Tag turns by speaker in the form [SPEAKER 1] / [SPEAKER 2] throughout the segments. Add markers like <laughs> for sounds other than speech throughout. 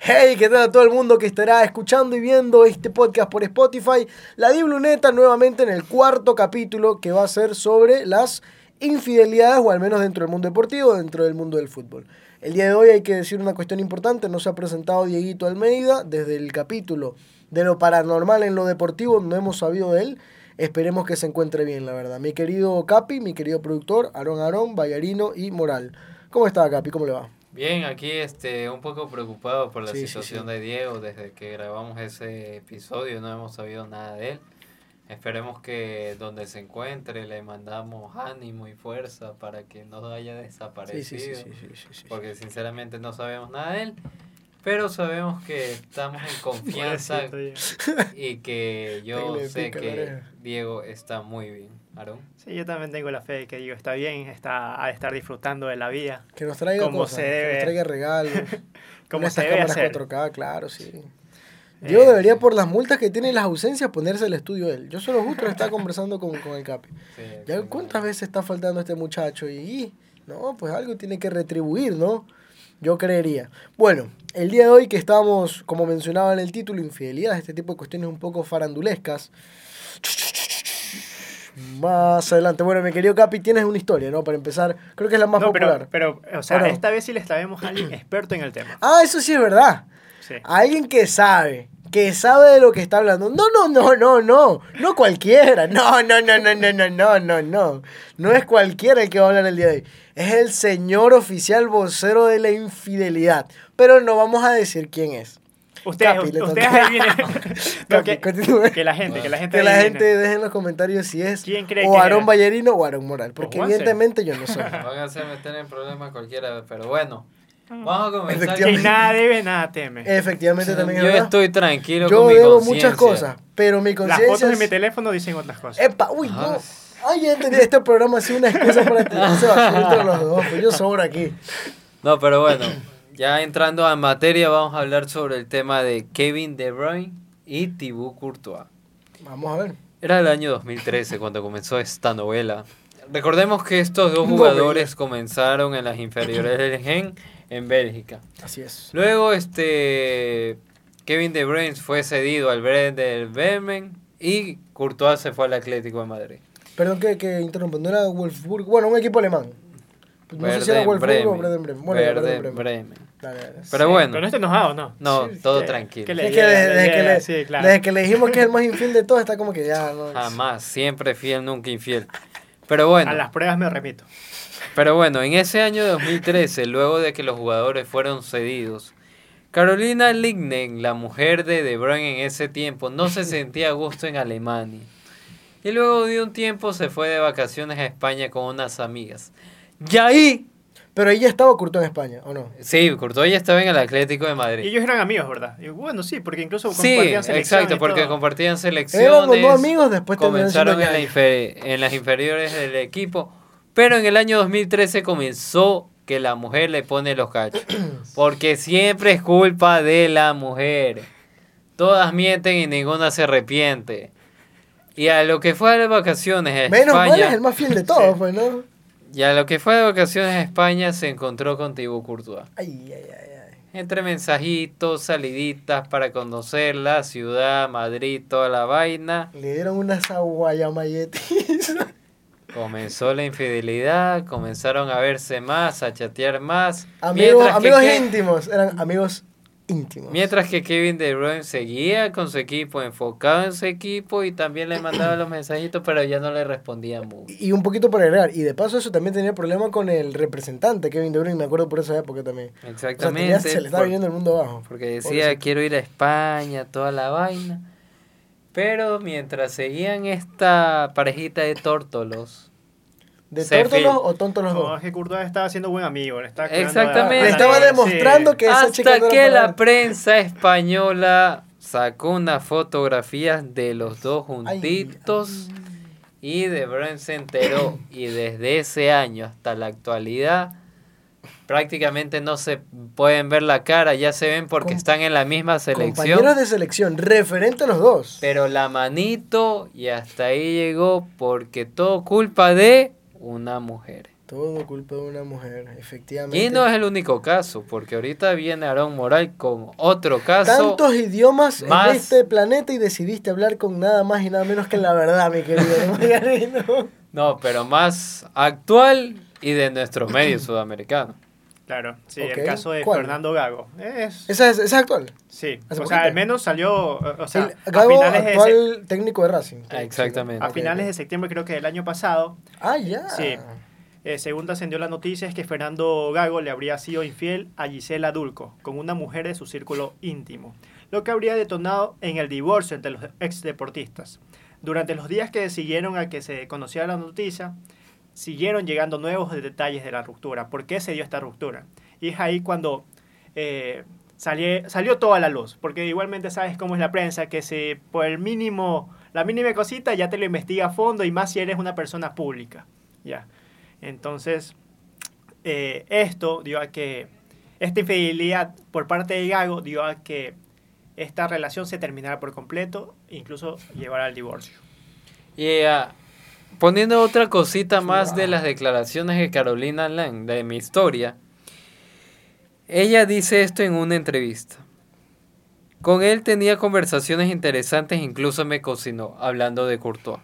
[SPEAKER 1] Hey, ¿qué tal a todo el mundo que estará escuchando y viendo este podcast por Spotify? La Dibluneta nuevamente en el cuarto capítulo que va a ser sobre las infidelidades, o al menos dentro del mundo deportivo, dentro del mundo del fútbol. El día de hoy hay que decir una cuestión importante, no se ha presentado Dieguito Almeida desde el capítulo de lo paranormal en lo deportivo, no hemos sabido de él. Esperemos que se encuentre bien, la verdad. Mi querido Capi, mi querido productor, Aarón Aarón, Ballarino y Moral. ¿Cómo está, Capi? ¿Cómo le va?
[SPEAKER 2] Bien, aquí este, un poco preocupado por la
[SPEAKER 1] Sí, sí,
[SPEAKER 2] situación
[SPEAKER 1] sí.
[SPEAKER 2] de Diego. Desde que grabamos ese episodio no hemos sabido nada de él. Esperemos que donde se encuentre le mandamos ánimo y fuerza para que no haya
[SPEAKER 1] Sí,
[SPEAKER 2] desaparecido.
[SPEAKER 1] sí, sí, sí, sí, sí, sí.
[SPEAKER 2] Porque sinceramente no sabemos nada de él. Pero sabemos que estamos
[SPEAKER 1] <laughs>
[SPEAKER 2] en
[SPEAKER 3] <laughs>
[SPEAKER 2] confianza
[SPEAKER 3] Pobrecito, Diego.
[SPEAKER 2] y que
[SPEAKER 1] Tengo
[SPEAKER 2] yo
[SPEAKER 1] que
[SPEAKER 2] sé
[SPEAKER 1] picar la
[SPEAKER 2] que
[SPEAKER 1] oreja.
[SPEAKER 2] Diego está muy bien. ¿Aarón?
[SPEAKER 3] Sí, yo también tengo la fe de que Diego está bien, está a estar disfrutando de la vida,
[SPEAKER 1] Que nos traiga
[SPEAKER 3] Como
[SPEAKER 1] cosas,
[SPEAKER 3] se
[SPEAKER 1] que nos
[SPEAKER 3] debe.
[SPEAKER 1] traiga regalos.
[SPEAKER 3] <laughs>
[SPEAKER 1] Con
[SPEAKER 3] como se
[SPEAKER 1] estas
[SPEAKER 3] debe
[SPEAKER 1] cámaras
[SPEAKER 3] hacer.
[SPEAKER 1] 4K, claro, sí. Yo
[SPEAKER 3] Eh,
[SPEAKER 1] debería, por las multas que tiene y las ausencias, ponerse el estudio él. Yo solo justo estaba conversando con, con el Capi.
[SPEAKER 2] Sí,
[SPEAKER 1] Ya
[SPEAKER 2] sí,
[SPEAKER 1] cuántas veces está faltando este muchacho y, y, no, pues algo tiene que retribuir, ¿no? Yo creería. Bueno, el día de hoy que estamos, como mencionaba en el título, infidelidades, este tipo de cuestiones un poco farandulescas. Más adelante. Bueno, mi querido Capi, tienes una historia, ¿no? Para empezar, creo que es la más
[SPEAKER 3] no,
[SPEAKER 1] popular.
[SPEAKER 3] pero, pero, o sea,
[SPEAKER 1] Bueno.
[SPEAKER 3] esta vez sí les traemos
[SPEAKER 1] <clears throat>
[SPEAKER 3] a alguien experto en el tema.
[SPEAKER 1] Ah, eso sí es verdad.
[SPEAKER 3] Sí.
[SPEAKER 1] Alguien que sabe, que sabe de lo que está hablando. No, no, no, no, no. No cualquiera. No, no, no, no, no, no, no, no, no. No es cualquiera el que va a hablar el día de hoy. Es el señor oficial vocero de la infidelidad. Pero no vamos a decir quién es.
[SPEAKER 3] Ustedes,
[SPEAKER 1] Capi, le
[SPEAKER 3] ustedes
[SPEAKER 1] toca.
[SPEAKER 3] adivinen.
[SPEAKER 1] <laughs>
[SPEAKER 3] No,
[SPEAKER 1] Capi,
[SPEAKER 3] que,
[SPEAKER 1] continúe.
[SPEAKER 3] que la gente, que la gente
[SPEAKER 1] Que la
[SPEAKER 3] adivine.
[SPEAKER 1] gente deje en los comentarios si es
[SPEAKER 3] ¿Quién cree
[SPEAKER 1] o
[SPEAKER 3] que
[SPEAKER 1] Aarón
[SPEAKER 3] era?
[SPEAKER 1] Ballerino o Aarón Moral. Porque
[SPEAKER 3] Juanse.
[SPEAKER 1] evidentemente yo
[SPEAKER 3] <laughs>
[SPEAKER 1] no soy.
[SPEAKER 2] Van a hacer meter en problemas cualquiera, pero bueno. Vamos a comenzar.
[SPEAKER 3] Quien
[SPEAKER 1] Efectivamente.
[SPEAKER 2] con-
[SPEAKER 3] nada debe, nada
[SPEAKER 1] Eh,
[SPEAKER 3] teme.
[SPEAKER 1] Efectivamente también es
[SPEAKER 2] Yo
[SPEAKER 1] verdad.
[SPEAKER 2] estoy tranquilo
[SPEAKER 1] Yo
[SPEAKER 2] con mi
[SPEAKER 1] debo
[SPEAKER 2] conciencia.
[SPEAKER 1] muchas cosas, pero mi
[SPEAKER 3] Las
[SPEAKER 1] conciencia...
[SPEAKER 3] fotos de
[SPEAKER 1] es-
[SPEAKER 3] mi teléfono dicen otras cosas.
[SPEAKER 1] Epa, uy,
[SPEAKER 2] Ajá.
[SPEAKER 1] no. Ay, ya entendí. Este programa ha sido una excusa para
[SPEAKER 2] <laughs>
[SPEAKER 1] tirarse basura entre los dos. Pues yo sobro aquí.
[SPEAKER 2] No, pero bueno, ya entrando en materia, vamos a hablar sobre el tema de Kevin De Bruyne y Thibaut Courtois.
[SPEAKER 1] Vamos a ver.
[SPEAKER 2] Era el año 2013 cuando comenzó esta novela. Recordemos que estos dos
[SPEAKER 1] Novela.
[SPEAKER 2] jugadores comenzaron en las inferiores del Gen en Bélgica.
[SPEAKER 1] Así es.
[SPEAKER 2] Luego, este Kevin De Bruyne fue cedido al Bremen del Bremen y Courtois se fue al Atlético de Madrid.
[SPEAKER 1] Perdón que, que interrumpo. No era Wolfsburg. Bueno, un equipo alemán. Pues No sé si era
[SPEAKER 2] Werder
[SPEAKER 1] Wolfsburg o Bremen.
[SPEAKER 2] Bremen.
[SPEAKER 1] Bremen. Bueno, era
[SPEAKER 2] Werder
[SPEAKER 1] Werder Bremen.
[SPEAKER 2] Bremen.
[SPEAKER 1] Dale, dale. Es
[SPEAKER 2] Pero
[SPEAKER 3] Sí,
[SPEAKER 2] bueno,
[SPEAKER 3] Pero no está enojado, ¿no?
[SPEAKER 2] no,
[SPEAKER 1] Sí,
[SPEAKER 2] todo
[SPEAKER 3] que-
[SPEAKER 2] tranquilo.
[SPEAKER 3] que le-
[SPEAKER 1] que desde, desde que le,
[SPEAKER 3] Sí, claro.
[SPEAKER 1] desde que le dijimos que es el más infiel de todos, está como que ya no.
[SPEAKER 2] Jamás, siempre fiel, nunca infiel. Pero bueno,
[SPEAKER 3] A las pruebas me remito.
[SPEAKER 2] pero bueno, en ese año 2013, luego de que los jugadores fueron cedidos, Carolina Lignen, la mujer de De Bruyne en ese tiempo, no
[SPEAKER 3] <laughs>
[SPEAKER 2] se sentía a gusto en Alemania. Y luego de un tiempo se fue de vacaciones a España con unas amigas. Y ahí,
[SPEAKER 1] Pero ella estaba curto en España, ¿o no?
[SPEAKER 2] sí, Courtois ya estaba en el Atlético de
[SPEAKER 3] Y
[SPEAKER 2] Madrid.
[SPEAKER 3] ellos eran amigos, ¿verdad? Y bueno, sí, porque incluso
[SPEAKER 2] Sí,
[SPEAKER 3] compartían selección
[SPEAKER 2] exacto,
[SPEAKER 3] y
[SPEAKER 2] porque
[SPEAKER 3] todo.
[SPEAKER 2] compartían selecciones.
[SPEAKER 1] Éramos dos amigos, después terminaron siendo
[SPEAKER 2] comenzaron en, la
[SPEAKER 1] ñaños.
[SPEAKER 2] infe- en las inferiores del equipo, pero en el año 2013 comenzó que la mujer le pone los cachos,
[SPEAKER 1] <clears throat>
[SPEAKER 2] porque siempre es culpa de la mujer. Todas mienten y ninguna se arrepiente. Y a lo que fue de vacaciones a
[SPEAKER 1] Menos mal
[SPEAKER 2] España,
[SPEAKER 1] es el más fiel de todos,
[SPEAKER 3] Sí.
[SPEAKER 1] pues, ¿no?
[SPEAKER 2] y a lo que fue de vacaciones a España se encontró con Thibaut Courtois.
[SPEAKER 1] Ay, ay, ay, ay.
[SPEAKER 2] Entre mensajitos, saliditas para conocer la ciudad, Madrid, toda la vaina.
[SPEAKER 1] Le dieron unas aguayamayetis.
[SPEAKER 2] Comenzó la infidelidad, comenzaron a verse más, a chatear más.
[SPEAKER 1] Amigos,
[SPEAKER 2] que
[SPEAKER 1] amigos
[SPEAKER 2] Ke-
[SPEAKER 1] íntimos, eran amigos íntimos.
[SPEAKER 2] mientras que Kevin De Bruyne seguía con su equipo, enfocado en su equipo y también le mandaba los mensajitos, pero ya no le respondía mucho.
[SPEAKER 1] Y un poquito para agregar, y de paso eso también tenía problema con el representante Kevin De Bruyne, me acuerdo por esa época también. O sea, tenía-
[SPEAKER 2] Exactamente.
[SPEAKER 1] se le estaba
[SPEAKER 2] por-
[SPEAKER 1] viniendo el mundo abajo.
[SPEAKER 2] porque decía
[SPEAKER 1] Pobrecito.
[SPEAKER 2] quiero ir a España, toda la vaina. Pero mientras seguían esta parejita de tórtolos,
[SPEAKER 1] ¿De
[SPEAKER 2] se
[SPEAKER 1] tórtolos
[SPEAKER 2] fil-
[SPEAKER 1] o tontos los
[SPEAKER 3] No,
[SPEAKER 1] dos?
[SPEAKER 3] es que Courtois estaba siendo buen amigo. le estaba cuidando a-
[SPEAKER 2] Exactamente.
[SPEAKER 3] a-
[SPEAKER 2] Le
[SPEAKER 1] estaba
[SPEAKER 3] sí.
[SPEAKER 1] demostrando que esa chica
[SPEAKER 2] Hasta
[SPEAKER 1] no era
[SPEAKER 2] que
[SPEAKER 1] para él.
[SPEAKER 2] la prensa española sacó unas fotografías de los dos juntitos y De Bruyne se enteró y desde ese año hasta la actualidad prácticamente no se pueden ver la cara, ya se ven porque
[SPEAKER 1] Com-
[SPEAKER 2] están en la misma Oh, selección.
[SPEAKER 1] Compañeros de selección, referente a los dos.
[SPEAKER 2] Pero la manito y hasta ahí llegó porque todo culpa de una mujer.
[SPEAKER 1] Todo culpa de una mujer, efectivamente.
[SPEAKER 2] Y no es el único caso, porque ahorita viene Aarón Moral con otro caso.
[SPEAKER 1] Tantos idiomas
[SPEAKER 2] más-
[SPEAKER 1] en este planeta y decidiste hablar con nada más y nada menos que la verdad, mi querido
[SPEAKER 2] <laughs>
[SPEAKER 1] Margarino.
[SPEAKER 2] No, pero más actual y de
[SPEAKER 1] <clears throat>
[SPEAKER 2] nuestro medio sudamericano.
[SPEAKER 3] Claro, sí,
[SPEAKER 1] Ok,
[SPEAKER 3] el caso de
[SPEAKER 1] ¿cuál?
[SPEAKER 3] Fernando Gago. Es,
[SPEAKER 1] Esa es, esa es actual.
[SPEAKER 3] sí, o
[SPEAKER 1] hace
[SPEAKER 3] sea,
[SPEAKER 1] poquito.
[SPEAKER 3] al menos salió, eh, o sea,
[SPEAKER 1] El Gago,
[SPEAKER 3] a finales, de, sec-
[SPEAKER 1] actual técnico de Racing.
[SPEAKER 2] Ah, exactamente.
[SPEAKER 3] a finales de septiembre creo que del año pasado,
[SPEAKER 1] Ah, ya.
[SPEAKER 3] Sí. eh, según trascendió la noticia, es que Fernando Gago le habría sido infiel a Gisela Dulco, con una mujer de su círculo íntimo, lo que habría detonado en el divorcio entre los exdeportistas. Durante los días que siguieron a que se conociera la noticia, siguieron llegando nuevos detalles de la ruptura. ¿Por qué se dio esta ruptura? Y es ahí cuando eh, salió, salió toda la luz, porque igualmente sabes cómo es la prensa, que si por el mínimo, la mínima cosita ya te lo investiga a fondo y más si eres una persona pública. Ya. Entonces, eh, esto dio a que, esta infidelidad por parte de Gago dio a que esta relación se terminara por completo, incluso llevara al divorcio.
[SPEAKER 2] Y ah, poniendo otra cosita más
[SPEAKER 1] Wow.
[SPEAKER 2] de las declaraciones de Carolina Lang, de mi historia, ella dice esto en una entrevista. Con él tenía conversaciones interesantes, incluso me cocinó, hablando de Courtois.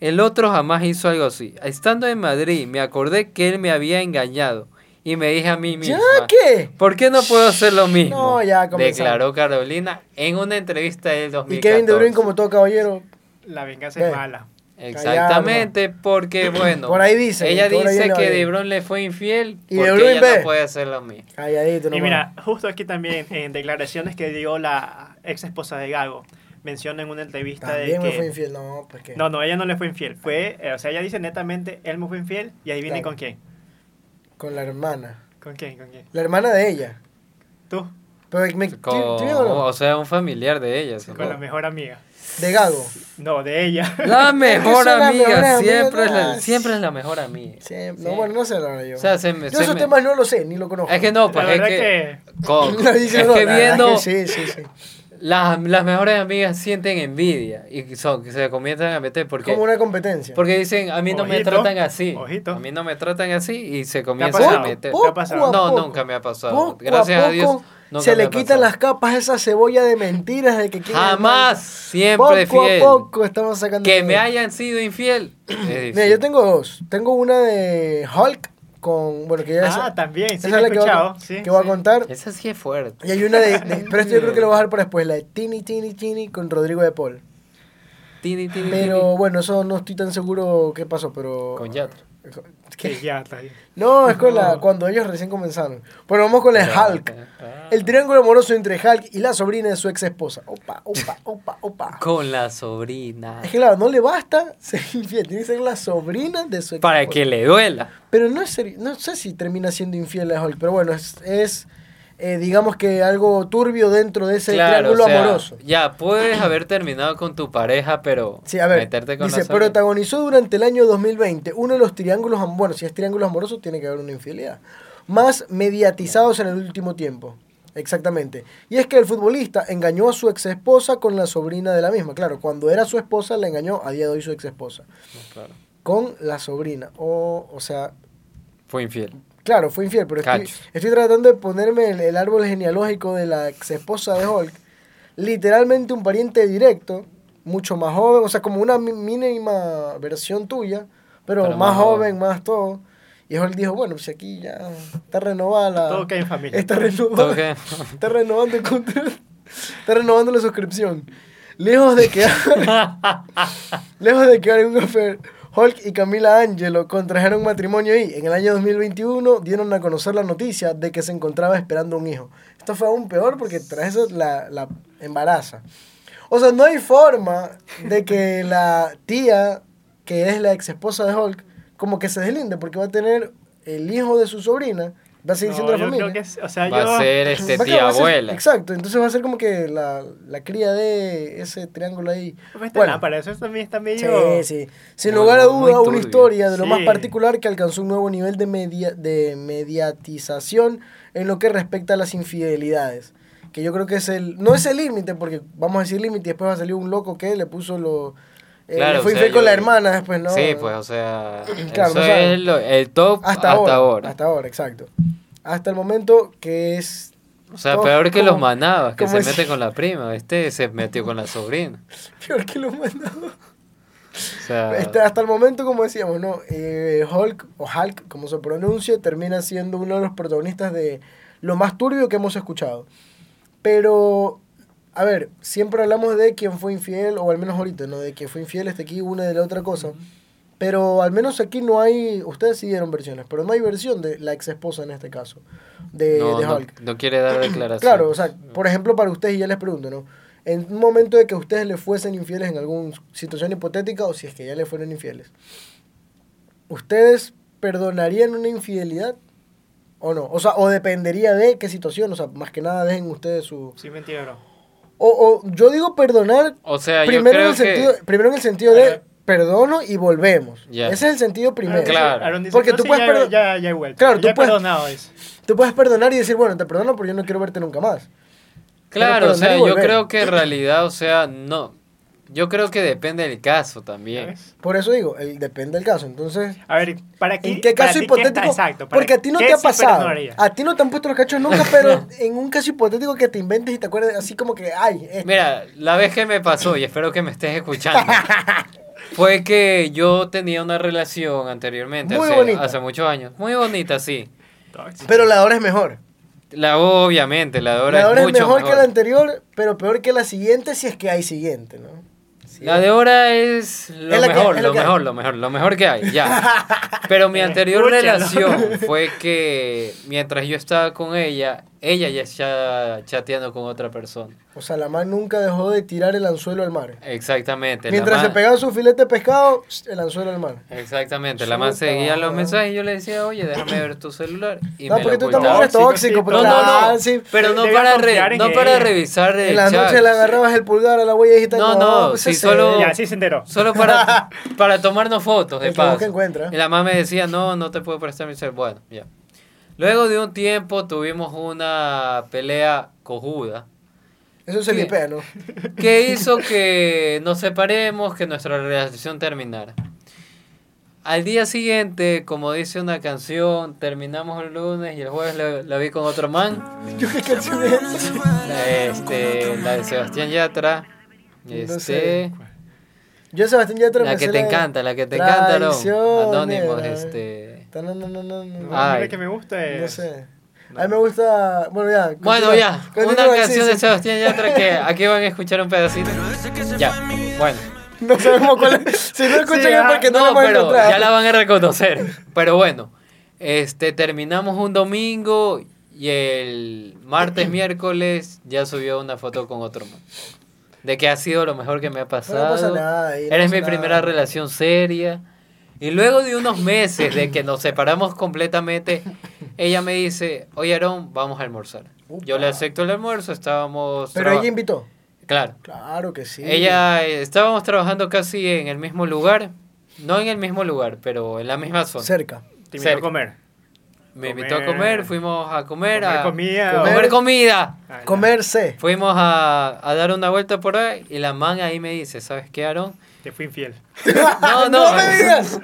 [SPEAKER 2] El otro jamás hizo algo así. Estando en Madrid, me acordé que él me había engañado y me dije a mí misma,
[SPEAKER 1] ¿Ya qué?
[SPEAKER 2] ¿por qué no puedo hacer lo mismo?
[SPEAKER 1] No, ya comenzamos.
[SPEAKER 2] Declaró Carolina en una entrevista del 2014.
[SPEAKER 1] Y Kevin De Bruyne como todo caballero.
[SPEAKER 3] La venganza
[SPEAKER 1] Ve.
[SPEAKER 3] es mala.
[SPEAKER 2] Exactamente,
[SPEAKER 1] <clears throat>
[SPEAKER 2] porque bueno,
[SPEAKER 1] Por ahí dice,
[SPEAKER 2] ella
[SPEAKER 1] por ahí
[SPEAKER 2] dice
[SPEAKER 1] viene
[SPEAKER 2] que
[SPEAKER 1] ahí.
[SPEAKER 2] De Bruyne le fue infiel
[SPEAKER 1] Y De
[SPEAKER 2] porque
[SPEAKER 1] Bruyne
[SPEAKER 2] ella
[SPEAKER 1] ve.
[SPEAKER 2] no puede hacer lo mismo.
[SPEAKER 1] Calladito,
[SPEAKER 3] Y
[SPEAKER 1] nomás.
[SPEAKER 3] mira, justo aquí también en declaraciones que dio la ex esposa de Gago, menciona en una entrevista
[SPEAKER 1] También
[SPEAKER 3] de
[SPEAKER 1] me
[SPEAKER 3] que
[SPEAKER 1] fue infiel, no, pues porque.
[SPEAKER 3] No, no, ella no le fue infiel. Fue, eh, o sea, ella dice netamente, él me fue infiel y ahí viene
[SPEAKER 1] Claro.
[SPEAKER 3] con quién.
[SPEAKER 1] Con la hermana.
[SPEAKER 3] ¿Con quién? ¿Con quién?
[SPEAKER 1] La hermana de ella.
[SPEAKER 3] Tú,
[SPEAKER 1] Pero me,
[SPEAKER 2] Con-
[SPEAKER 1] ¿sí- sí o no?
[SPEAKER 2] o sea, un familiar de ella.
[SPEAKER 3] con la
[SPEAKER 2] supongo.
[SPEAKER 3] mejor amiga.
[SPEAKER 1] De Gago.
[SPEAKER 3] No, de ella.
[SPEAKER 2] <laughs>
[SPEAKER 3] <laughs>
[SPEAKER 2] La mejor
[SPEAKER 1] Esa <laughs> es la mejor
[SPEAKER 2] amiga,
[SPEAKER 1] amiga,
[SPEAKER 2] siempre es
[SPEAKER 1] ah,
[SPEAKER 2] la, siempre es la mejor amiga.
[SPEAKER 1] Siempre.
[SPEAKER 2] Sí.
[SPEAKER 1] No, bueno, no sé la verdad yo.
[SPEAKER 2] O sea, se me-
[SPEAKER 1] yo
[SPEAKER 2] se
[SPEAKER 1] esos
[SPEAKER 2] me-
[SPEAKER 1] temas no lo sé, ni lo conozco.
[SPEAKER 2] Es
[SPEAKER 1] <laughs>
[SPEAKER 2] que no, pues
[SPEAKER 3] la
[SPEAKER 2] es
[SPEAKER 3] verdad
[SPEAKER 2] que,
[SPEAKER 3] que...
[SPEAKER 2] con-
[SPEAKER 1] Lo
[SPEAKER 2] es
[SPEAKER 1] dice <laughs> no,
[SPEAKER 2] que
[SPEAKER 1] la verdad
[SPEAKER 2] viendo
[SPEAKER 1] que Sí, sí, sí.
[SPEAKER 2] las, las mejores amigas sienten envidia y son, que se comienzan a meter <laughs> porque
[SPEAKER 1] Como una competencia.
[SPEAKER 2] porque dicen a mí no me
[SPEAKER 3] Ojito,
[SPEAKER 2] tratan así,
[SPEAKER 3] ojito.
[SPEAKER 2] a mí no me tratan así y se
[SPEAKER 3] ¿Te ha
[SPEAKER 2] comienzan a
[SPEAKER 3] pasado?
[SPEAKER 2] meter.
[SPEAKER 3] ¿Te ha pasado?
[SPEAKER 1] Poco a
[SPEAKER 2] No,
[SPEAKER 1] poco.
[SPEAKER 2] nunca me ha pasado.
[SPEAKER 1] Poco
[SPEAKER 2] Gracias
[SPEAKER 1] a,
[SPEAKER 2] a,
[SPEAKER 1] poco
[SPEAKER 2] Dios. Nunca
[SPEAKER 1] se
[SPEAKER 2] me
[SPEAKER 1] le
[SPEAKER 2] ha
[SPEAKER 1] quitan
[SPEAKER 2] pasado.
[SPEAKER 1] las capas a esa cebolla de mentiras de que quién es el
[SPEAKER 2] Jamás,
[SPEAKER 1] malo.
[SPEAKER 2] siempre
[SPEAKER 1] poco
[SPEAKER 2] fiel.
[SPEAKER 1] a poco estamos sacando.
[SPEAKER 2] Que
[SPEAKER 1] todo.
[SPEAKER 2] me hayan
[SPEAKER 1] <clears throat>
[SPEAKER 2] sido infiel. es difícil.
[SPEAKER 1] Mira, yo tengo dos. Tengo una de Hulk con. Bueno, que ya es.
[SPEAKER 3] Ah, también, sí,
[SPEAKER 1] esa
[SPEAKER 3] la
[SPEAKER 1] es
[SPEAKER 3] he
[SPEAKER 1] la que voy a-
[SPEAKER 3] escuchado. sí,
[SPEAKER 1] que voy a
[SPEAKER 3] sí.
[SPEAKER 1] contar.
[SPEAKER 2] Esa sí es fuerte.
[SPEAKER 1] Y hay una de,
[SPEAKER 3] <laughs>
[SPEAKER 1] de- Pero esto yo creo que lo voy a dejar para después. La de Tini, Tini, Tini con Rodrigo de Paul.
[SPEAKER 2] Tini, tini, <laughs>
[SPEAKER 1] Pero bueno, eso no estoy tan seguro qué pasó, pero.
[SPEAKER 2] tini. Con Yatra.
[SPEAKER 1] ¿Qué?
[SPEAKER 3] Sí, ya, está bien.
[SPEAKER 1] No, es con la, cuando ellos recién comenzaron. Bueno, vamos con la de Hulk.
[SPEAKER 2] Ah.
[SPEAKER 1] El triángulo amoroso entre Hulk y la sobrina de su ex esposa. Opa, opa, opa,
[SPEAKER 2] <laughs>
[SPEAKER 1] opa.
[SPEAKER 2] Con la sobrina.
[SPEAKER 1] Es que claro, no le basta <laughs> ser infiel, tiene que ser la sobrina de su ex
[SPEAKER 2] Para
[SPEAKER 1] esposa.
[SPEAKER 2] que le duela.
[SPEAKER 1] Pero no, es seri- no sé si termina siendo infiel a Hulk, pero bueno, es, es, eh, digamos que algo turbio dentro de ese
[SPEAKER 2] claro,
[SPEAKER 1] triángulo
[SPEAKER 2] o sea,
[SPEAKER 1] amoroso.
[SPEAKER 2] ya puedes haber terminado con tu pareja, pero
[SPEAKER 1] Sí, a ver,
[SPEAKER 2] meterte con
[SPEAKER 1] dice,
[SPEAKER 2] la sobrina.
[SPEAKER 1] protagonizó durante el año 2020 uno de los triángulos, am- bueno, si es triángulo amoroso tiene que haber una infidelidad, más mediatizados en el último tiempo. Exactamente. Y es que el futbolista engañó a su ex esposa con la sobrina de la misma. Claro, cuando era su esposa, la engañó a día de hoy su ex esposa.
[SPEAKER 2] Claro.
[SPEAKER 1] Con la sobrina. O, o sea,
[SPEAKER 2] Fue infiel.
[SPEAKER 1] claro, fue infiel, pero estoy,
[SPEAKER 2] Cacho.
[SPEAKER 1] estoy tratando de ponerme el, el árbol genealógico de la ex esposa de Hulk. Literalmente un pariente directo, mucho más joven, o sea, como una mi- mínima versión tuya, pero,
[SPEAKER 2] Pero
[SPEAKER 1] más,
[SPEAKER 2] más
[SPEAKER 1] joven,
[SPEAKER 2] joven.
[SPEAKER 1] más todo. Y Hulk dijo, bueno, pues aquí ya está renovada la...
[SPEAKER 3] Todo cae en familia.
[SPEAKER 1] Está renovada.
[SPEAKER 2] Tengo que-
[SPEAKER 1] Está renovando el contrato. Está renovando la suscripción. Lejos de que <laughs> Lejos de que Aaron Goffer, Hulk y Camila Angelo contrajeron matrimonio y en el año 2021 dieron a conocer la noticia de que se encontraba esperando un hijo. Esto fue aún peor porque tras eso la, la embaraza. O sea, no hay forma de que la tía, que es la ex esposa de Hulk, como que se deslinde porque va a tener el hijo de su sobrina Va a seguir siendo
[SPEAKER 3] No,
[SPEAKER 1] la
[SPEAKER 3] yo
[SPEAKER 1] familia.
[SPEAKER 3] creo que es- o sea,
[SPEAKER 2] Va
[SPEAKER 3] Ah, yo,
[SPEAKER 2] a
[SPEAKER 3] <laughs>
[SPEAKER 2] ser este
[SPEAKER 1] Va a
[SPEAKER 2] tía
[SPEAKER 1] acabar- va a ser-
[SPEAKER 2] abuela.
[SPEAKER 1] Exacto, entonces va a ser como que la, la cría de ese triángulo ahí.
[SPEAKER 3] Pues está
[SPEAKER 1] Bueno.
[SPEAKER 3] lámpara, eso también está
[SPEAKER 1] Sí,
[SPEAKER 3] medio...
[SPEAKER 1] sí. Sin
[SPEAKER 2] Muy-
[SPEAKER 1] lugar a
[SPEAKER 2] muy
[SPEAKER 1] duda, una
[SPEAKER 2] turbio.
[SPEAKER 1] historia de lo
[SPEAKER 3] Sí.
[SPEAKER 1] más particular que alcanzó un nuevo nivel de, media- de mediatización en lo que respecta a las infidelidades. Que yo creo que es el. No es el límite, porque vamos a decir límite y después va a salir un loco que le puso lo. eh,
[SPEAKER 2] Claro,
[SPEAKER 1] le fue
[SPEAKER 2] o sea,
[SPEAKER 1] infiel con
[SPEAKER 2] yo-
[SPEAKER 1] la hermana después, ¿no?
[SPEAKER 2] Sí, pues, o sea,
[SPEAKER 1] <clears throat> Claro,
[SPEAKER 2] eso
[SPEAKER 1] no saben.
[SPEAKER 2] es lo- el top
[SPEAKER 1] Hasta, ahora, Hasta ahora, exacto. Hasta el momento que es. <laughs>
[SPEAKER 2] O sea,
[SPEAKER 1] Todo
[SPEAKER 2] peor que
[SPEAKER 1] como-
[SPEAKER 2] los manabas, que
[SPEAKER 1] como
[SPEAKER 2] se
[SPEAKER 1] es-
[SPEAKER 2] mete con la prima, este se metió con la sobrina.
[SPEAKER 1] Peor que los mandados.
[SPEAKER 2] O
[SPEAKER 1] <laughs>
[SPEAKER 2] sea,
[SPEAKER 1] Este, hasta el momento, como decíamos, ¿no? Eh, Hulk, o Hulk, como se pronuncia, termina siendo uno de los protagonistas de lo más turbio que hemos escuchado. Pero, a ver, siempre hablamos de quién fue infiel, o al menos ahorita, ¿no? De que fue infiel este aquí, una de la otra cosa. Pero al menos aquí no hay, ustedes sí dieron versiones, pero no hay versión de la ex esposa en este caso, de,
[SPEAKER 2] no,
[SPEAKER 1] de
[SPEAKER 2] no-
[SPEAKER 1] Hulk.
[SPEAKER 2] no quiere dar declaración.
[SPEAKER 1] Claro, o sea, por ejemplo, para ustedes, y ya les pregunto, ¿no? En un momento de que ustedes le fuesen infieles en alguna situación hipotética o si es que ya le fueron infieles, ¿ustedes perdonarían una infidelidad o no? O sea, o dependería de qué situación, o sea, más que nada dejen ustedes su...
[SPEAKER 3] Sí, mentira, bro.
[SPEAKER 1] O, o yo digo perdonar
[SPEAKER 2] O sea,
[SPEAKER 1] primero, en
[SPEAKER 2] yo
[SPEAKER 1] el
[SPEAKER 2] creo
[SPEAKER 1] sentido,
[SPEAKER 2] que...
[SPEAKER 1] primero en el sentido de
[SPEAKER 3] Ajá.
[SPEAKER 1] perdono y volvemos.
[SPEAKER 2] Ya.
[SPEAKER 1] Ese es el sentido primero.
[SPEAKER 2] Claro.
[SPEAKER 3] Aaron dice,
[SPEAKER 1] Porque
[SPEAKER 3] no,
[SPEAKER 1] tú
[SPEAKER 3] sí,
[SPEAKER 1] puedes
[SPEAKER 3] ya,
[SPEAKER 1] perdo-
[SPEAKER 3] ya, ya he vuelto.
[SPEAKER 1] Claro,
[SPEAKER 3] ya
[SPEAKER 1] tú
[SPEAKER 3] he
[SPEAKER 1] puedes-
[SPEAKER 3] perdonado eso.
[SPEAKER 1] Tú puedes perdonar y decir, bueno, te perdono porque yo no quiero verte nunca más.
[SPEAKER 2] Claro, o
[SPEAKER 1] perdonar
[SPEAKER 2] sea,
[SPEAKER 1] y
[SPEAKER 2] yo
[SPEAKER 1] volver.
[SPEAKER 2] creo que en realidad, o sea, no. Yo creo que depende del caso también.
[SPEAKER 3] ¿Ves?
[SPEAKER 1] Por eso digo, el, depende del caso. Entonces,
[SPEAKER 3] A ver, ¿para qué?
[SPEAKER 1] ¿En qué
[SPEAKER 3] para
[SPEAKER 1] caso
[SPEAKER 3] ti qué está-
[SPEAKER 1] hipotético?
[SPEAKER 3] exacto, para
[SPEAKER 1] porque a ti no
[SPEAKER 3] qué
[SPEAKER 1] te ha
[SPEAKER 3] sí
[SPEAKER 1] pasado. Ah,
[SPEAKER 3] perdonaría?
[SPEAKER 1] A ti no te han puesto los cachos nunca,
[SPEAKER 3] <laughs>
[SPEAKER 1] pero en un caso hipotético que te inventes y te acuerdes así como que, ay, eh,
[SPEAKER 2] Mira, la vez que me pasó, y espero que me estés
[SPEAKER 1] <laughs>
[SPEAKER 2] escuchando, fue que yo tenía una relación anteriormente,
[SPEAKER 1] Muy
[SPEAKER 2] hace,
[SPEAKER 1] bonita.
[SPEAKER 2] hace muchos años. Muy bonita, sí.
[SPEAKER 3] Tóxico.
[SPEAKER 1] pero la de ahora es mejor.
[SPEAKER 2] La obviamente, la de ahora,
[SPEAKER 1] la de ahora es,
[SPEAKER 2] mucho
[SPEAKER 1] mejor, que la anterior, pero peor que la siguiente si es que hay siguiente, ¿no? Sí.
[SPEAKER 2] La de ahora es lo
[SPEAKER 1] Es la que-
[SPEAKER 2] mejor,
[SPEAKER 1] es lo
[SPEAKER 2] lo,
[SPEAKER 1] que hay.
[SPEAKER 2] mejor, lo mejor, lo mejor que hay, ya.
[SPEAKER 1] <laughs>
[SPEAKER 2] Pero mi anterior
[SPEAKER 3] Escúchalo.
[SPEAKER 2] relación fue que mientras yo estaba con ella, ella ya está chateando con otra persona.
[SPEAKER 1] O sea, la man nunca dejó de tirar el anzuelo al mar.
[SPEAKER 2] Exactamente. la
[SPEAKER 1] Mientras se
[SPEAKER 2] man-
[SPEAKER 1] pegaba su filete de pescado, el anzuelo al mar.
[SPEAKER 2] Exactamente, la
[SPEAKER 1] Chuta,
[SPEAKER 2] man seguía los
[SPEAKER 1] weón.
[SPEAKER 2] mensajes y yo le decía, oye, déjame ver tu celular. Y
[SPEAKER 1] no,
[SPEAKER 2] me lo
[SPEAKER 1] porque tú
[SPEAKER 2] ocultaba.
[SPEAKER 1] también eres tóxico,
[SPEAKER 3] Tóxico, sí.
[SPEAKER 1] pero
[SPEAKER 2] No, no,
[SPEAKER 1] ah,
[SPEAKER 2] no,
[SPEAKER 1] sí.
[SPEAKER 2] pero no
[SPEAKER 3] Debía
[SPEAKER 2] para, re-
[SPEAKER 3] confiar en
[SPEAKER 2] no para
[SPEAKER 3] ella.
[SPEAKER 2] revisar el
[SPEAKER 1] En la
[SPEAKER 2] chat.
[SPEAKER 1] noche le agarrabas el pulgar a la huella digital.
[SPEAKER 2] No, no,
[SPEAKER 1] pues
[SPEAKER 2] si
[SPEAKER 1] ese-
[SPEAKER 2] solo-
[SPEAKER 3] Ya, sí se enteró.
[SPEAKER 2] Solo
[SPEAKER 1] <laughs>
[SPEAKER 2] para, para tomarnos fotos, de
[SPEAKER 1] El que busca
[SPEAKER 2] paso.
[SPEAKER 1] encuentra.
[SPEAKER 2] Y la mamá me decía, no, no te puedo prestar mi celular. Bueno, ya. Luego de un tiempo tuvimos una pelea cojuda
[SPEAKER 1] Eso se
[SPEAKER 2] ¿Qué?
[SPEAKER 1] lipea,
[SPEAKER 2] <laughs>
[SPEAKER 1] ¿no?
[SPEAKER 2] que hizo que nos separemos, que nuestra relación terminara. Al día siguiente, como dice una canción, terminamos el lunes y el jueves la, la vi con otro man,
[SPEAKER 1] Yo qué canción es esa?
[SPEAKER 2] la, este, la de Sebastián Yatra. Este,
[SPEAKER 1] No sé. Yo a Sebastián ya
[SPEAKER 2] La que te encanta, la que te encanta, no. Anónimos, este. Ah,
[SPEAKER 1] No, no, no, no, no.
[SPEAKER 3] No,
[SPEAKER 2] Ay.
[SPEAKER 3] mira que me gusta es...
[SPEAKER 1] No sé. A mí me gusta. Bueno, ya.
[SPEAKER 2] Bueno,
[SPEAKER 1] continúa.
[SPEAKER 2] ya,
[SPEAKER 1] Continúa,
[SPEAKER 2] una
[SPEAKER 1] sí,
[SPEAKER 2] canción de
[SPEAKER 1] sí.
[SPEAKER 2] Sebastián Yatra que aquí van a escuchar un pedacito. Ya, bueno.
[SPEAKER 1] No sabemos cuál
[SPEAKER 2] <laughs>
[SPEAKER 1] es. Si no escuchan
[SPEAKER 3] Sí,
[SPEAKER 1] es
[SPEAKER 3] ah,
[SPEAKER 1] <laughs> porque no, la
[SPEAKER 2] No,
[SPEAKER 1] hemos
[SPEAKER 2] pero
[SPEAKER 1] encontrado.
[SPEAKER 2] ya la van a reconocer. Pero bueno, este terminamos un domingo y el
[SPEAKER 1] <clears throat>
[SPEAKER 2] martes, miércoles ya subió una foto con otro man. De que ha sido lo mejor que me ha pasado.
[SPEAKER 1] No pasa nada ahí, no
[SPEAKER 2] Eres
[SPEAKER 1] pasa
[SPEAKER 2] mi
[SPEAKER 1] nada.
[SPEAKER 2] primera relación seria. Y luego de unos meses de que nos
[SPEAKER 1] <laughs>
[SPEAKER 2] separamos completamente, ella me dice, oye Aarón, vamos a almorzar. Yo le
[SPEAKER 1] Upa.
[SPEAKER 2] acepto el almuerzo, estábamos...
[SPEAKER 1] Pero
[SPEAKER 2] traba-
[SPEAKER 1] ella invitó.
[SPEAKER 2] Claro.
[SPEAKER 1] Claro que sí.
[SPEAKER 2] Ella eh, estábamos trabajando casi en el mismo lugar, no en el mismo lugar, pero en la misma zona.
[SPEAKER 1] Cerca.
[SPEAKER 3] Te invitó a
[SPEAKER 2] Cerca.
[SPEAKER 3] comer.
[SPEAKER 2] Me invitó a
[SPEAKER 3] Comer.
[SPEAKER 2] comer, fuimos a comer,
[SPEAKER 3] Comer
[SPEAKER 2] a
[SPEAKER 3] comida.
[SPEAKER 2] comer
[SPEAKER 1] Comer.
[SPEAKER 2] comida.
[SPEAKER 3] Ah, ya.
[SPEAKER 1] Comerse.
[SPEAKER 2] Fuimos a, a dar una vuelta por ahí y la man ahí me dice, ¿sabes qué, Aarón?
[SPEAKER 3] Te fui infiel.
[SPEAKER 2] <laughs>
[SPEAKER 1] no
[SPEAKER 2] No, no.
[SPEAKER 1] me digas.